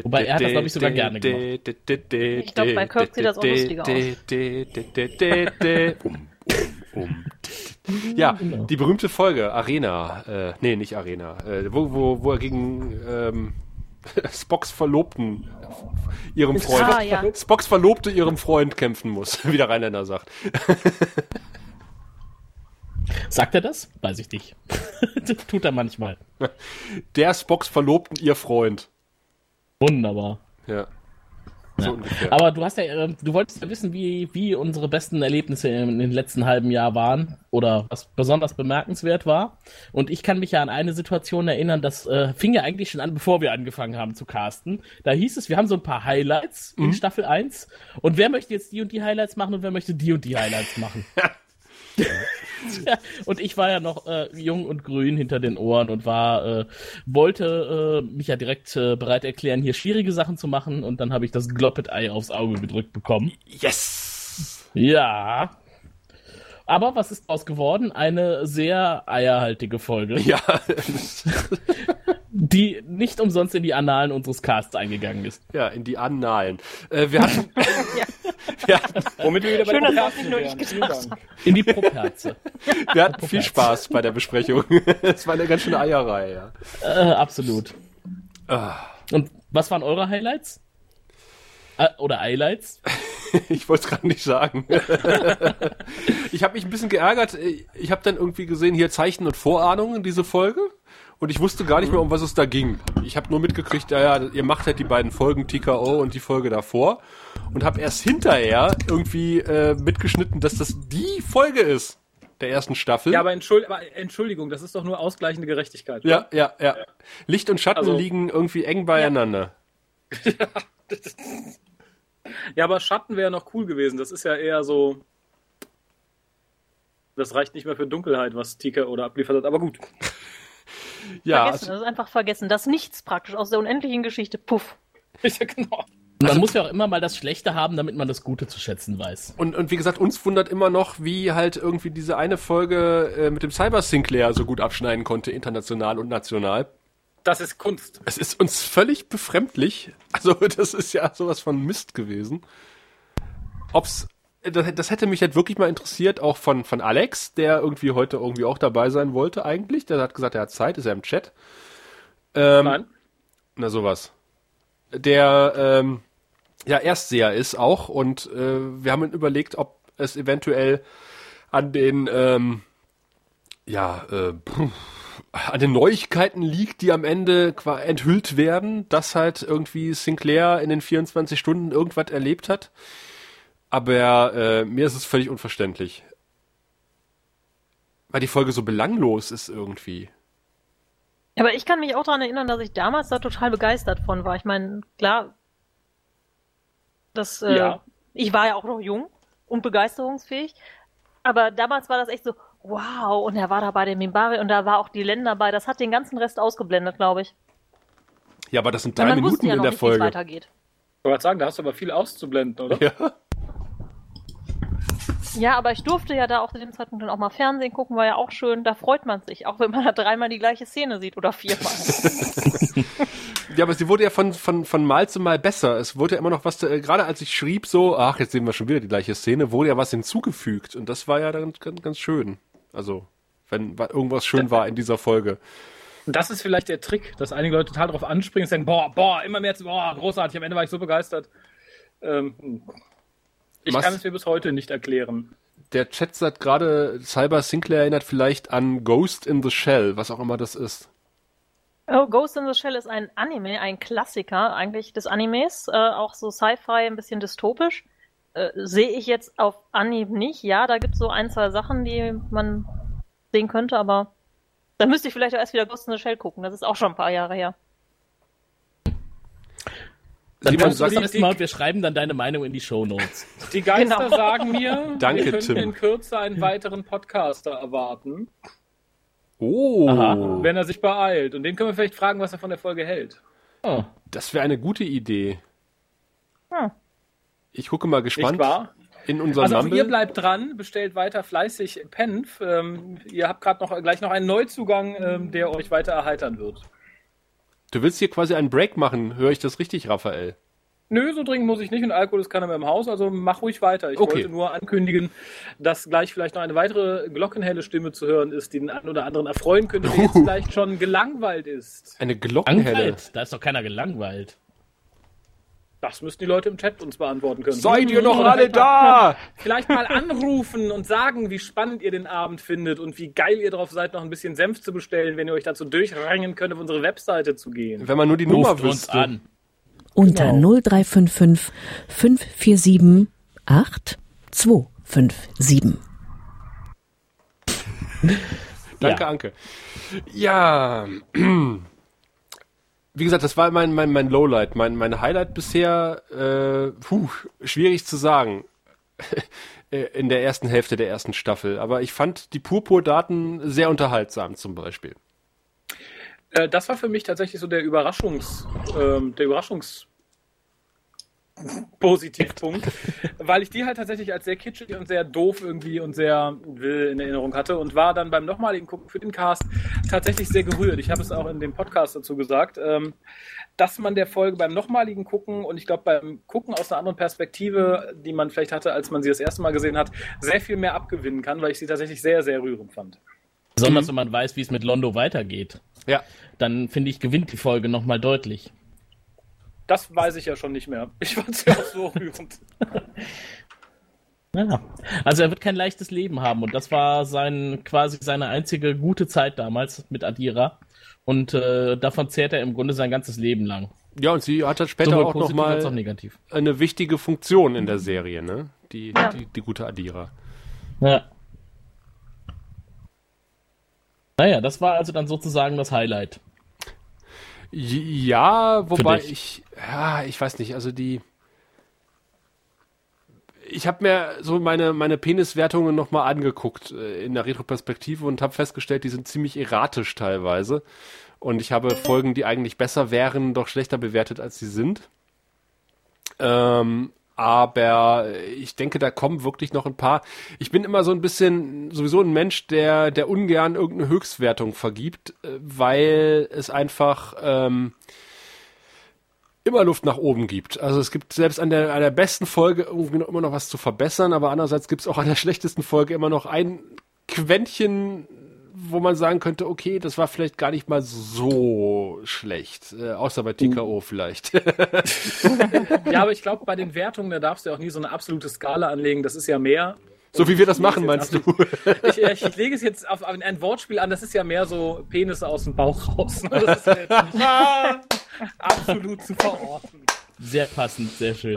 D: Wobei, er hat das, glaub ich, sogar gerne gemacht.
C: Ich
E: Ich glaub, bei Kirk sieht das auch lustiger
C: Um, Ja,
D: Genau.
C: die berühmte Folge, Arena, äh, nee, nicht Arena, äh, wo, wo, wo er gegen ähm, Spocks Verlobten, äh, ihrem Freund,
E: Ah, ja.
C: Spocks Verlobte ihrem Freund kämpfen muss, wie der Rheinländer sagt.
D: Sagt er das? Weiß ich nicht. Das Tut er manchmal.
C: Der Spocks Verlobten ihr Freund.
D: Wunderbar.
C: Ja. So ungefähr.
D: Aber du hast ja, äh, du wolltest ja wissen, wie, wie unsere besten Erlebnisse in den letzten halben Jahr waren oder was besonders bemerkenswert war. Und ich kann mich ja an eine Situation erinnern, das äh, fing ja eigentlich schon an, bevor wir angefangen haben zu casten. Da hieß es, wir haben so ein paar Highlights in Staffel 1. Und wer möchte jetzt die und die Highlights machen und wer möchte die und die Highlights machen? Ja, und ich war ja noch äh, jung und grün hinter den Ohren und war äh, wollte äh, mich ja direkt äh, bereit erklären, hier schwierige Sachen zu machen und dann habe ich das Gloppet-Ei aufs Auge gedrückt bekommen.
C: yes!
D: Ja. Aber was ist daraus geworden? Eine sehr eierhaltige Folge,
C: Ja,
D: die nicht umsonst in die Annalen unseres Casts eingegangen ist.
C: ja, in die Annalen. Äh, wir hatten, wir hatten
F: Womit wir wieder bei
E: Schön,
F: den
E: dass das
F: Herzen
E: nicht nur ich
F: wären.
E: gedacht
F: Vielen Dank.
D: In die Properze.
C: Wir hatten viel Spaß bei der Besprechung. Es war eine ganz schöne Eierei, ja.
D: äh, absolut.
C: Ah.
D: Und was waren eure Highlights? Äh, oder Highlights?
C: Ich wollte es gerade nicht sagen. Ich habe mich ein bisschen geärgert. Ich habe dann irgendwie gesehen, hier Zeichen und Vorahnungen, diese Folge. Und ich wusste gar nicht mehr, um was es da ging. Ich habe nur mitgekriegt, ja, ja, ihr macht halt die beiden Folgen TKO und die Folge davor. Und habe erst hinterher irgendwie äh, mitgeschnitten, dass das die Folge ist der ersten Staffel.
F: Ja, aber, Entschuld, aber Entschuldigung, das ist doch nur ausgleichende Gerechtigkeit.
C: ja, ja, ja. Licht und Schatten
F: Also-
C: liegen irgendwie eng beieinander.
F: Ja, aber Schatten wäre noch cool gewesen. Das ist ja eher so. Das reicht nicht mehr für Dunkelheit, was Tika oder abgeliefert hat. Aber gut.
C: Ja,
E: vergessen, das ist einfach vergessen. Das Nichts praktisch aus der unendlichen Geschichte. Puff.
F: Ja, genau.
D: Man muss ja auch immer mal das Schlechte haben, damit man das Gute zu schätzen weiß.
C: Und, und wie gesagt, uns wundert immer noch, wie halt irgendwie diese eine Folge äh, mit dem Cyber Sinclair so gut abschneiden konnte, international und national.
F: Das ist Kunst.
C: Es ist uns völlig befremdlich. Also das ist ja sowas von Mist gewesen. Ob's das, das hätte mich halt wirklich mal interessiert, auch von, von Alex, der irgendwie heute irgendwie auch dabei sein wollte eigentlich. Der hat gesagt, er hat Zeit, ist ja im Chat. Ähm,
F: Nein.
C: na sowas. Der ähm, ja Erstseher ist auch und äh, wir haben überlegt, ob es eventuell an den ähm, ja äh, puh, an den Neuigkeiten liegt, die am Ende qua- enthüllt werden, dass halt irgendwie Sinclair in den 24 Stunden irgendwas erlebt hat. Aber äh, mir ist es völlig unverständlich. Weil die Folge so belanglos ist irgendwie.
E: Aber ich kann mich auch daran erinnern, dass ich damals da total begeistert von war. Ich meine, klar, das, äh,
F: Ja.
E: ich war ja auch noch jung und begeisterungsfähig. Aber damals war das echt so, wow, und er war da bei dem Mimbari und da war auch die Len dabei. Das hat den ganzen Rest ausgeblendet, glaube ich.
C: Ja, aber das sind
E: Weil
C: drei
E: man
C: Minuten
E: wusste ja
C: in
E: noch
C: der
E: nicht, wie es
C: Folge.
E: weitergeht.
F: Ich wollte sagen, da hast du aber viel auszublenden, oder?
C: Ja.
E: Ja, aber ich durfte ja da auch zu dem Zeitpunkt dann auch mal Fernsehen gucken, war ja auch schön. Da freut man sich, auch wenn man da dreimal die gleiche Szene sieht oder viermal.
C: Ja, aber sie wurde ja von, von, von Mal zu Mal besser. Es wurde ja immer noch was, äh, gerade als ich schrieb so, ach, jetzt sehen wir schon wieder die gleiche Szene, wurde ja was hinzugefügt. Und das war ja dann ganz, ganz schön. Also, wenn wa- irgendwas schön war in dieser Folge.
F: Und das ist vielleicht der Trick, dass einige Leute total drauf anspringen und sagen, boah, boah, immer mehr zu, boah, großartig. Am Ende war ich so begeistert. Ähm, ich
C: Was?
F: kann es mir bis heute nicht erklären.
C: Der Chat sagt gerade, Cyber Sinclair erinnert vielleicht an Ghost in the Shell, was auch immer das ist.
E: Oh, Ghost in the Shell ist ein Anime, ein Klassiker eigentlich des Animes, äh, auch so Sci-Fi, ein bisschen dystopisch. Äh, Sehe ich jetzt auf Anhieb nicht. Ja, da gibt's so ein, zwei Sachen, die man sehen könnte, aber da müsste ich vielleicht auch erst wieder Ghost in the Shell gucken. Das ist auch schon ein paar Jahre her.
D: Dann
C: Simon
D: kannst du das
C: sagt-
D: nächste Mal und wir schreiben dann deine Meinung in die Shownotes.
F: Die Geister
E: Genau.
F: sagen mir,
C: Danke,
F: wir könnten
C: Tim.
F: in Kürze einen weiteren Podcaster erwarten,
C: Oh,
D: Aha.
F: wenn er sich beeilt. Und den können wir vielleicht fragen, was er von der Folge hält.
D: Oh.
C: das wäre eine gute Idee.
E: Hm.
C: Ich gucke mal
F: Nicht
C: gespannt.
F: wahr?
C: in unseren
F: Also auch
C: Mumble.
F: ihr bleibt dran, bestellt weiter fleißig Penf. Ähm, ihr habt gerade noch gleich noch einen Neuzugang, ähm, der euch weiter erheitern wird.
C: du willst hier quasi einen Break machen, höre ich das richtig, Raphael?
F: Nö, so dringend muss ich nicht und Alkohol ist keiner mehr im Haus, also mach ruhig weiter. Ich
C: Okay.
F: wollte nur ankündigen, dass gleich vielleicht noch eine weitere glockenhelle Stimme zu hören ist, die den einen oder anderen erfreuen könnte, der jetzt vielleicht schon gelangweilt ist.
C: Eine Glockenhelle.
D: Langweilt? Da ist doch keiner gelangweilt.
F: Das müssten die Leute im Chat uns beantworten können. Hm,
C: Seid ihr noch alle da?
F: Vielleicht mal anrufen und sagen, wie spannend ihr den Abend findet und wie geil ihr drauf seid, noch ein bisschen Senf zu bestellen, wenn ihr euch dazu durchrängen könnt, auf unsere Webseite zu gehen.
C: Wenn man nur die Nummer
D: Ruft uns
C: wüsste.
D: an.
G: Unter 0355 547 8257.
C: Danke,
D: Ja.
C: Anke. Ja. Wie gesagt, das war mein, mein, mein Lowlight. Mein, mein Highlight bisher, äh, puh, schwierig zu sagen. Äh, In der ersten Hälfte der ersten Staffel. Aber ich fand die Purpur-Daten sehr unterhaltsam zum Beispiel.
F: Äh, das war für mich tatsächlich so der Überraschungs, ähm, der Überraschungs Positivpunkt, weil ich die halt tatsächlich als sehr kitschig und sehr doof irgendwie und sehr will in Erinnerung hatte und war dann beim nochmaligen Gucken für den Cast tatsächlich sehr gerührt. Ich habe es auch in dem Podcast dazu gesagt, ähm, dass man der Folge beim nochmaligen Gucken und ich glaube beim Gucken aus einer anderen Perspektive, die man vielleicht hatte, als man sie das erste Mal gesehen hat, sehr viel mehr abgewinnen kann, weil ich sie tatsächlich sehr, sehr rührend fand.
D: Besonders wenn man weiß, wie es mit Londo weitergeht.
C: Mhm. Ja.
D: Dann finde ich, gewinnt die Folge nochmal deutlich.
F: Das weiß ich ja schon nicht mehr. Ich fand sie auch so rührend.
D: Ja. Also er wird kein leichtes Leben haben und das war sein quasi seine einzige gute Zeit damals mit Adira und äh, davon zehrt er im Grunde sein ganzes Leben lang.
C: Ja, und sie hat halt später auch
D: auch
C: nochmal
D: negativ.
C: eine wichtige Funktion in der Serie, ne? Die, die, die gute Adira.
D: Ja. Naja, das war also dann sozusagen das Highlight.
C: J- Ja, wobei
D: dich.
C: ich, ja, ich weiß nicht, also die, ich habe mir so meine, meine Peniswertungen nochmal angeguckt äh, in der Retroperspektive und habe festgestellt, die sind ziemlich erratisch teilweise. Und ich habe Folgen, die eigentlich besser wären, doch schlechter bewertet, als sie sind. Ähm, aber ich denke, da kommen wirklich noch ein paar. Ich bin immer so ein bisschen sowieso ein Mensch, der, der ungern irgendeine Höchstwertung vergibt, äh, weil es einfach ähm, immer Luft nach oben gibt. Also es gibt selbst an der, an der besten Folge irgendwie noch immer noch was zu verbessern, aber andererseits gibt es auch an der schlechtesten Folge immer noch ein Quäntchen, wo man sagen könnte, okay, das war vielleicht gar nicht mal so schlecht. Äh, außer bei TKO vielleicht.
F: Ja, aber ich glaube, bei den Wertungen, da darfst du ja auch nie so eine absolute Skala anlegen. Das ist ja mehr.
C: so wie wir das machen, meinst du?
F: Ich, äh, ich lege es jetzt auf ein, ein Wortspiel an, das ist ja mehr so Penisse aus dem Bauch raus. ne? Das ist ja jetzt nicht absolut zu verorten.
D: Sehr passend, sehr schön.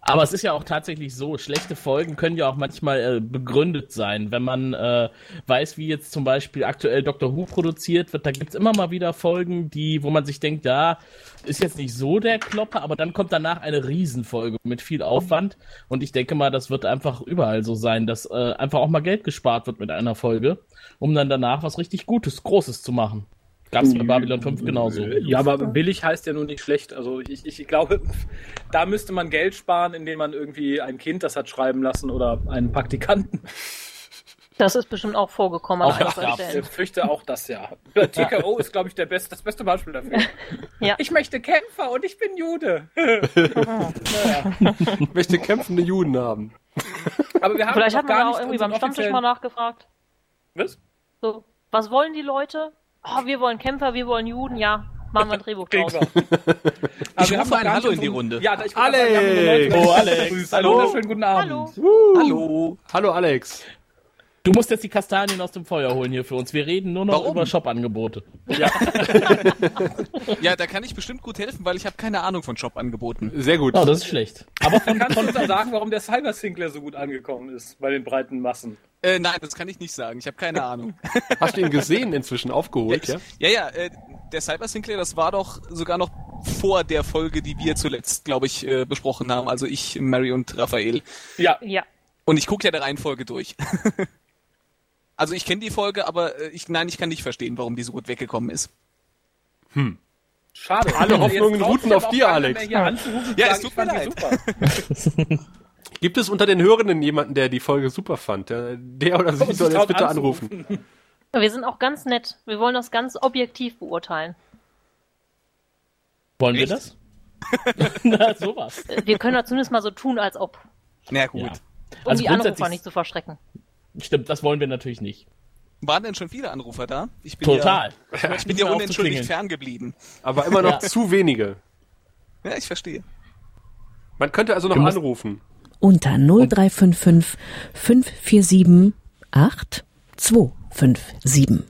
D: Aber es ist ja auch tatsächlich so, schlechte Folgen können ja auch manchmal äh, begründet sein. Wenn man äh, weiß, wie jetzt zum Beispiel aktuell Doctor Who produziert wird, da gibt's immer mal wieder Folgen, die, wo man sich denkt, ja, ist jetzt nicht so der Klopper, aber dann kommt danach eine Riesenfolge mit viel Aufwand. Und ich denke mal, das wird einfach überall so sein, dass äh, einfach auch mal Geld gespart wird mit einer Folge, um dann danach was richtig Gutes, Großes zu machen. Gab's bei Babylon 5 genauso.
F: Also, Ja, aber billig heißt ja nur nicht schlecht. Also ich, ich, ich glaube, da müsste man Geld sparen, indem man irgendwie ein Kind das hat schreiben lassen oder einen Praktikanten.
E: Das ist bestimmt auch vorgekommen an
D: Auch das
E: anderen
D: gab's.
E: Stellen.
F: Ich fürchte auch das ja. Der TKO ist, glaube ich, der best, das beste Beispiel dafür.
E: Ja.
F: Ich möchte Kämpfer und ich bin Jude.
C: möchte kämpfende Juden haben.
F: Aber wir haben
E: Vielleicht
F: noch
E: hat man
F: gar
E: da auch
F: nicht
E: irgendwie
F: unseren
E: beim Stammtisch
F: offiziellen-
E: mal nachgefragt.
F: Was?
E: So, was wollen die Leute? Oh, wir wollen Kämpfer, wir wollen Juden, ja. Machen wir ein Drehbuch draus.
F: Gegner. Aber
J: Ich
F: wir haben
J: rufe
F: noch
J: ein
F: gar
J: Hallo
F: nicht
J: in die
F: unseren-
J: Runde.
F: Ja, da ich
C: Alex!
F: Oh, Alex. Hallo, schönen guten Abend.
E: Hallo.
J: Hallo.
C: Hallo Alex.
D: Du musst jetzt die Kastanien aus dem Feuer holen hier für uns. Wir reden nur noch
J: Warum?
D: über Shop-Angebote.
J: Ja, da kann ich bestimmt gut helfen, weil ich habe keine Ahnung von Jobangeboten.
C: Sehr gut.
D: Oh, das ist schlecht. Aber von,
F: Kannst du
D: von
F: uns auch sagen, warum der Cybersinclair so gut angekommen ist bei den breiten Massen?
J: Äh, nein, das kann ich nicht sagen. Ich habe keine Ahnung.
C: Hast du ihn gesehen inzwischen aufgeholt, ja?
J: Ja, ja, äh, der Cyber Sinclair, das war doch sogar noch vor der Folge, die wir zuletzt, glaube ich, äh, besprochen haben. Also ich, Mary und Raphael.
F: Ja,
E: Ja.
J: Und ich gucke ja der Reihenfolge durch. also ich kenne die Folge, aber äh, ich, nein, ich kann nicht verstehen, warum die so gut weggekommen ist.
F: Schade.
C: Alle Hoffnungen ruhten auf dir, Alex.
F: Ja,
J: Ja, es
F: es
J: tut
F: tut mir
J: mir
F: super.
C: Gibt es unter den Hörenden jemanden, der die Folge super fand? Der, der oder sie
F: uns
C: soll jetzt
F: traut
C: bitte
F: anzurufen.
C: anrufen.
E: Wir sind auch ganz nett. Wir wollen das ganz objektiv beurteilen.
D: Wollen wir das? Na, sowas.
E: Äh, Wir können da zumindest mal so tun, als ob.
J: Na gut.
D: Ja.
E: Um
D: Also
E: die Anrufer
D: grundsätzlich-
E: nicht zu verschrecken.
D: Stimmt, das wollen wir natürlich nicht.
J: Waren denn schon viele Anrufer da? Ich bin
D: Total.
J: Ja, ich bin
D: Nicht
J: ja
D: mehr
J: unentschuldigt
D: aufzuklingeln.
J: ferngeblieben.
C: Aber immer noch
D: Ja.
C: zu wenige.
J: Ja, ich verstehe.
C: Man könnte also noch
D: musst-
C: anrufen.
G: unter 0355 547 8257.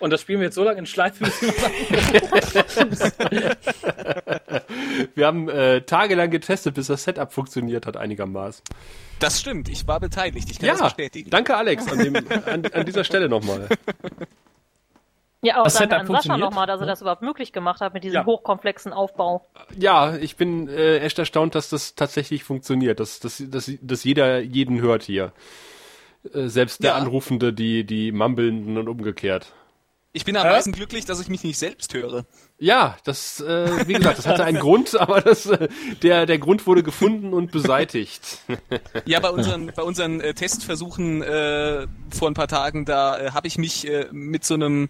F: Und das spielen wir jetzt so lange in Schleife, bis wir
C: Wir haben äh, tagelang getestet, bis das Setup funktioniert hat einigermaßen.
J: Das stimmt, ich war beteiligt. Ich kann das
C: Ja,
J: bestätigen.
C: danke Alex an, dem, an, an dieser Stelle nochmal.
E: Ja, auch
D: Das
E: danke an
D: Setup
E: Sascha
D: funktioniert,
E: nochmal, dass er
D: ne?
E: das überhaupt möglich gemacht hat mit diesem
F: Ja.
E: hochkomplexen Aufbau.
C: Ja, ich bin äh, echt erstaunt, dass das tatsächlich funktioniert, dass, dass, dass, dass jeder jeden hört hier. Äh, selbst der
J: Ja.
C: Anrufende, die, die Mumbelnden und umgekehrt.
J: Ich bin am meisten glücklich, dass ich mich nicht selbst höre.
C: Ja, das, äh, wie gesagt, das hatte einen Grund, aber das, äh, der, der Grund wurde gefunden und beseitigt.
J: Ja, bei unseren, bei unseren äh, Testversuchen äh, vor ein paar Tagen, da äh, habe ich mich äh, mit so einem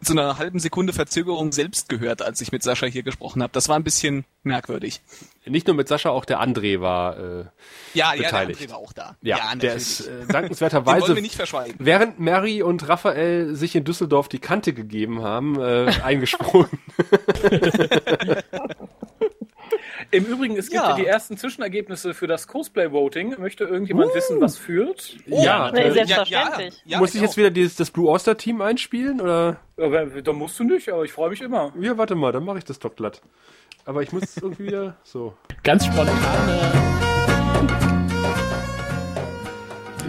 J: mit so einer halben Sekunde Verzögerung selbst gehört, als ich mit Sascha hier gesprochen habe. Das war ein bisschen merkwürdig.
C: Nicht nur mit Sascha, auch der André war, äh,
J: Ja,
C: Beteiligt.
J: ja, der André war auch da.
C: ja, der
J: natürlich.
C: ist äh,
J: Den wollen
C: dankenswerterweise
J: wir nicht verschweigen.
C: Während Mary und Raphael sich in Düsseldorf die Kante gegeben haben, äh, eingesprungen.
F: Im Übrigen, es gibt
J: Ja.
F: ja. die ersten Zwischenergebnisse für das Cosplay-Voting. Möchte irgendjemand wissen, was führt?
J: Oh,
C: ja,
E: Nee,
C: äh,
E: sehr- Selbstverständlich.
C: muss ich jetzt
J: auch.
C: wieder dieses, das Blue Oyster Team einspielen oder?
F: Aber Da musst du nicht, aber ich freue mich immer.
C: Ja, warte mal, dann mache ich das doch glatt. Aber ich muss irgendwie wieder so.
D: Ganz spontan.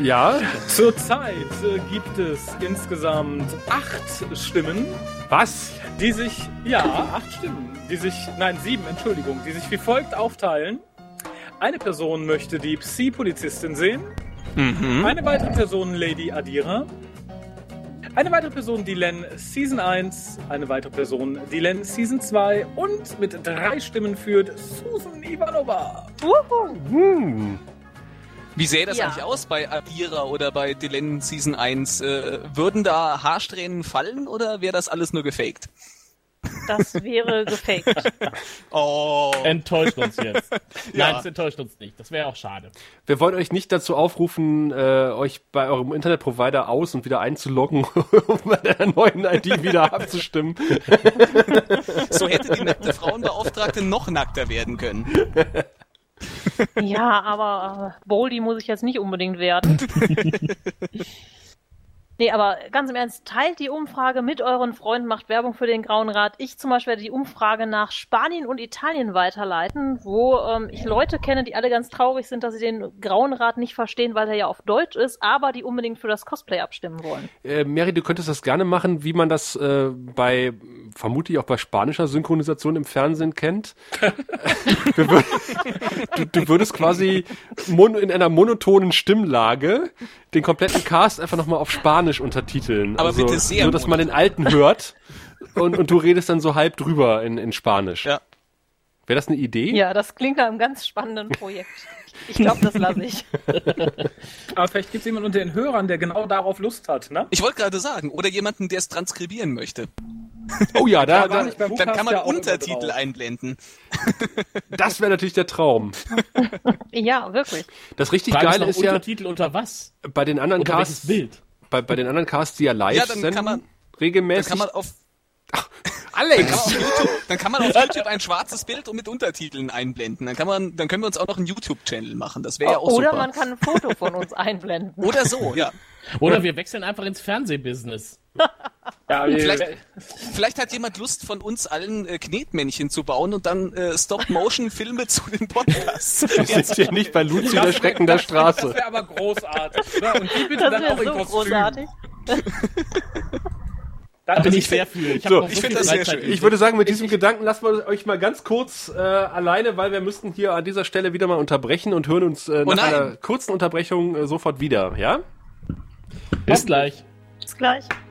C: Ja,
F: Zurzeit äh, gibt es insgesamt acht Stimmen,
C: was?
F: die sich, ja, acht Stimmen, die sich, nein, sieben, Entschuldigung, die sich wie folgt aufteilen. Eine Person möchte die Psi-Polizistin sehen, eine weitere Person Lady Adira, eine weitere Person Dylan Season 1, eine weitere Person Dylan Season 2 und mit drei Stimmen führt Susan Ivanova.
J: Wie sähe das
E: Ja.
J: eigentlich aus bei Adira oder bei Dylan Season 1? Äh, würden da Haarsträhnen fallen oder wäre das alles nur gefaked?
E: Das wäre gefaked.
J: Oh.
D: Äh, enttäuscht uns jetzt. Nein,
J: Ja.
D: es enttäuscht uns nicht. Das wäre auch schade.
C: Wir wollen euch nicht dazu aufrufen, äh, euch bei eurem Internetprovider aus und wieder einzuloggen, um bei der neuen ID wieder abzustimmen.
J: So hätte die nackte Frauenbeauftragte noch nackter werden können.
E: ja, aber äh, Boldy muss ich jetzt nicht unbedingt werden. Nee, aber ganz im Ernst, teilt die Umfrage mit euren Freunden, macht Werbung für den Grauen Rat. Ich zum Beispiel werde die Umfrage nach Spanien und Italien weiterleiten, wo ähm, ich Leute kenne, die alle ganz traurig sind, dass sie den Grauen Rat nicht verstehen, weil er ja auf Deutsch ist, aber die unbedingt für das Cosplay abstimmen wollen.
C: Äh, Mary, du könntest das gerne machen, wie man das äh, bei, vermutlich auch bei spanischer Synchronisation im Fernsehen kennt. Wir wür- du, du würdest quasi mon in einer monotonen Stimmlage den kompletten Cast einfach nochmal auf Spanisch untertiteln. Also
J: Aber bitte sehr
C: So, dass man den alten hört und, und du redest dann so halb drüber in, in Spanisch.
J: Ja.
C: Wäre das eine Idee?
E: Ja, das klingt nach einem ganz spannenden Projekt. Ich glaube, das lasse ich.
F: Aber vielleicht gibt es jemanden unter den Hörern, der genau darauf Lust hat, ne?
J: Ich wollte gerade sagen, oder jemanden, der es transkribieren möchte.
C: Oh ja, da,
F: war
C: da,
F: nicht beim
J: Dann kann man
F: Buchcast ja auch immer
J: Untertitel
F: drauf.
J: einblenden.
C: das wäre natürlich der Traum.
E: Ja, wirklich.
C: Das richtig
D: Frage
C: Geile
D: noch,
C: ist ja,
D: Untertitel unter was?
C: bei den anderen
D: Unter welches
C: Casts,
D: Bild?
C: bei, bei den anderen Casts, die ja live
J: Ja, dann kann
C: senden,
J: man- Dann
C: regelmäßig.
J: kann man auf, kann man
C: Alex!
J: auf YouTube, dann kann man auf YouTube ein schwarzes Bild und mit Untertiteln einblenden. Dann kann man, dann können wir uns auch noch einen YouTube-Channel machen. Das wäre ja auch
E: Oder
J: super.
E: man kann ein Foto von uns einblenden.
J: oder so, ja.
D: Oder wir wechseln einfach ins Fernsehbusiness.
F: Ja, wir-
J: Vielleicht- Vielleicht hat jemand Lust, von uns allen äh, Knetmännchen zu bauen und dann äh, Stop-Motion-Filme zu den Podcasts.
C: Wir sind hier nicht bei Luzi der Schrecken der
F: Das
C: Straße.
F: wäre aber großartig, oder? Und die bitte
E: Das
F: dann
E: wäre
F: auch in
E: so
F: Kostüm.
E: großartig.
F: Dann
D: Da bin ich sehr
F: sehr
D: für. Ich, hab
C: So,
D: noch
J: Also ich find das sehr
D: Freizeit
J: schön.
C: Ich würde sagen, mit diesem Gedanken lassen wir euch mal ganz kurz äh, alleine, weil wir müssten hier an dieser Stelle wieder mal unterbrechen und hören uns äh, nach
J: Oh nein.
C: einer kurzen Unterbrechung äh, sofort wieder, ja?
D: Bis gleich.
E: Bis gleich.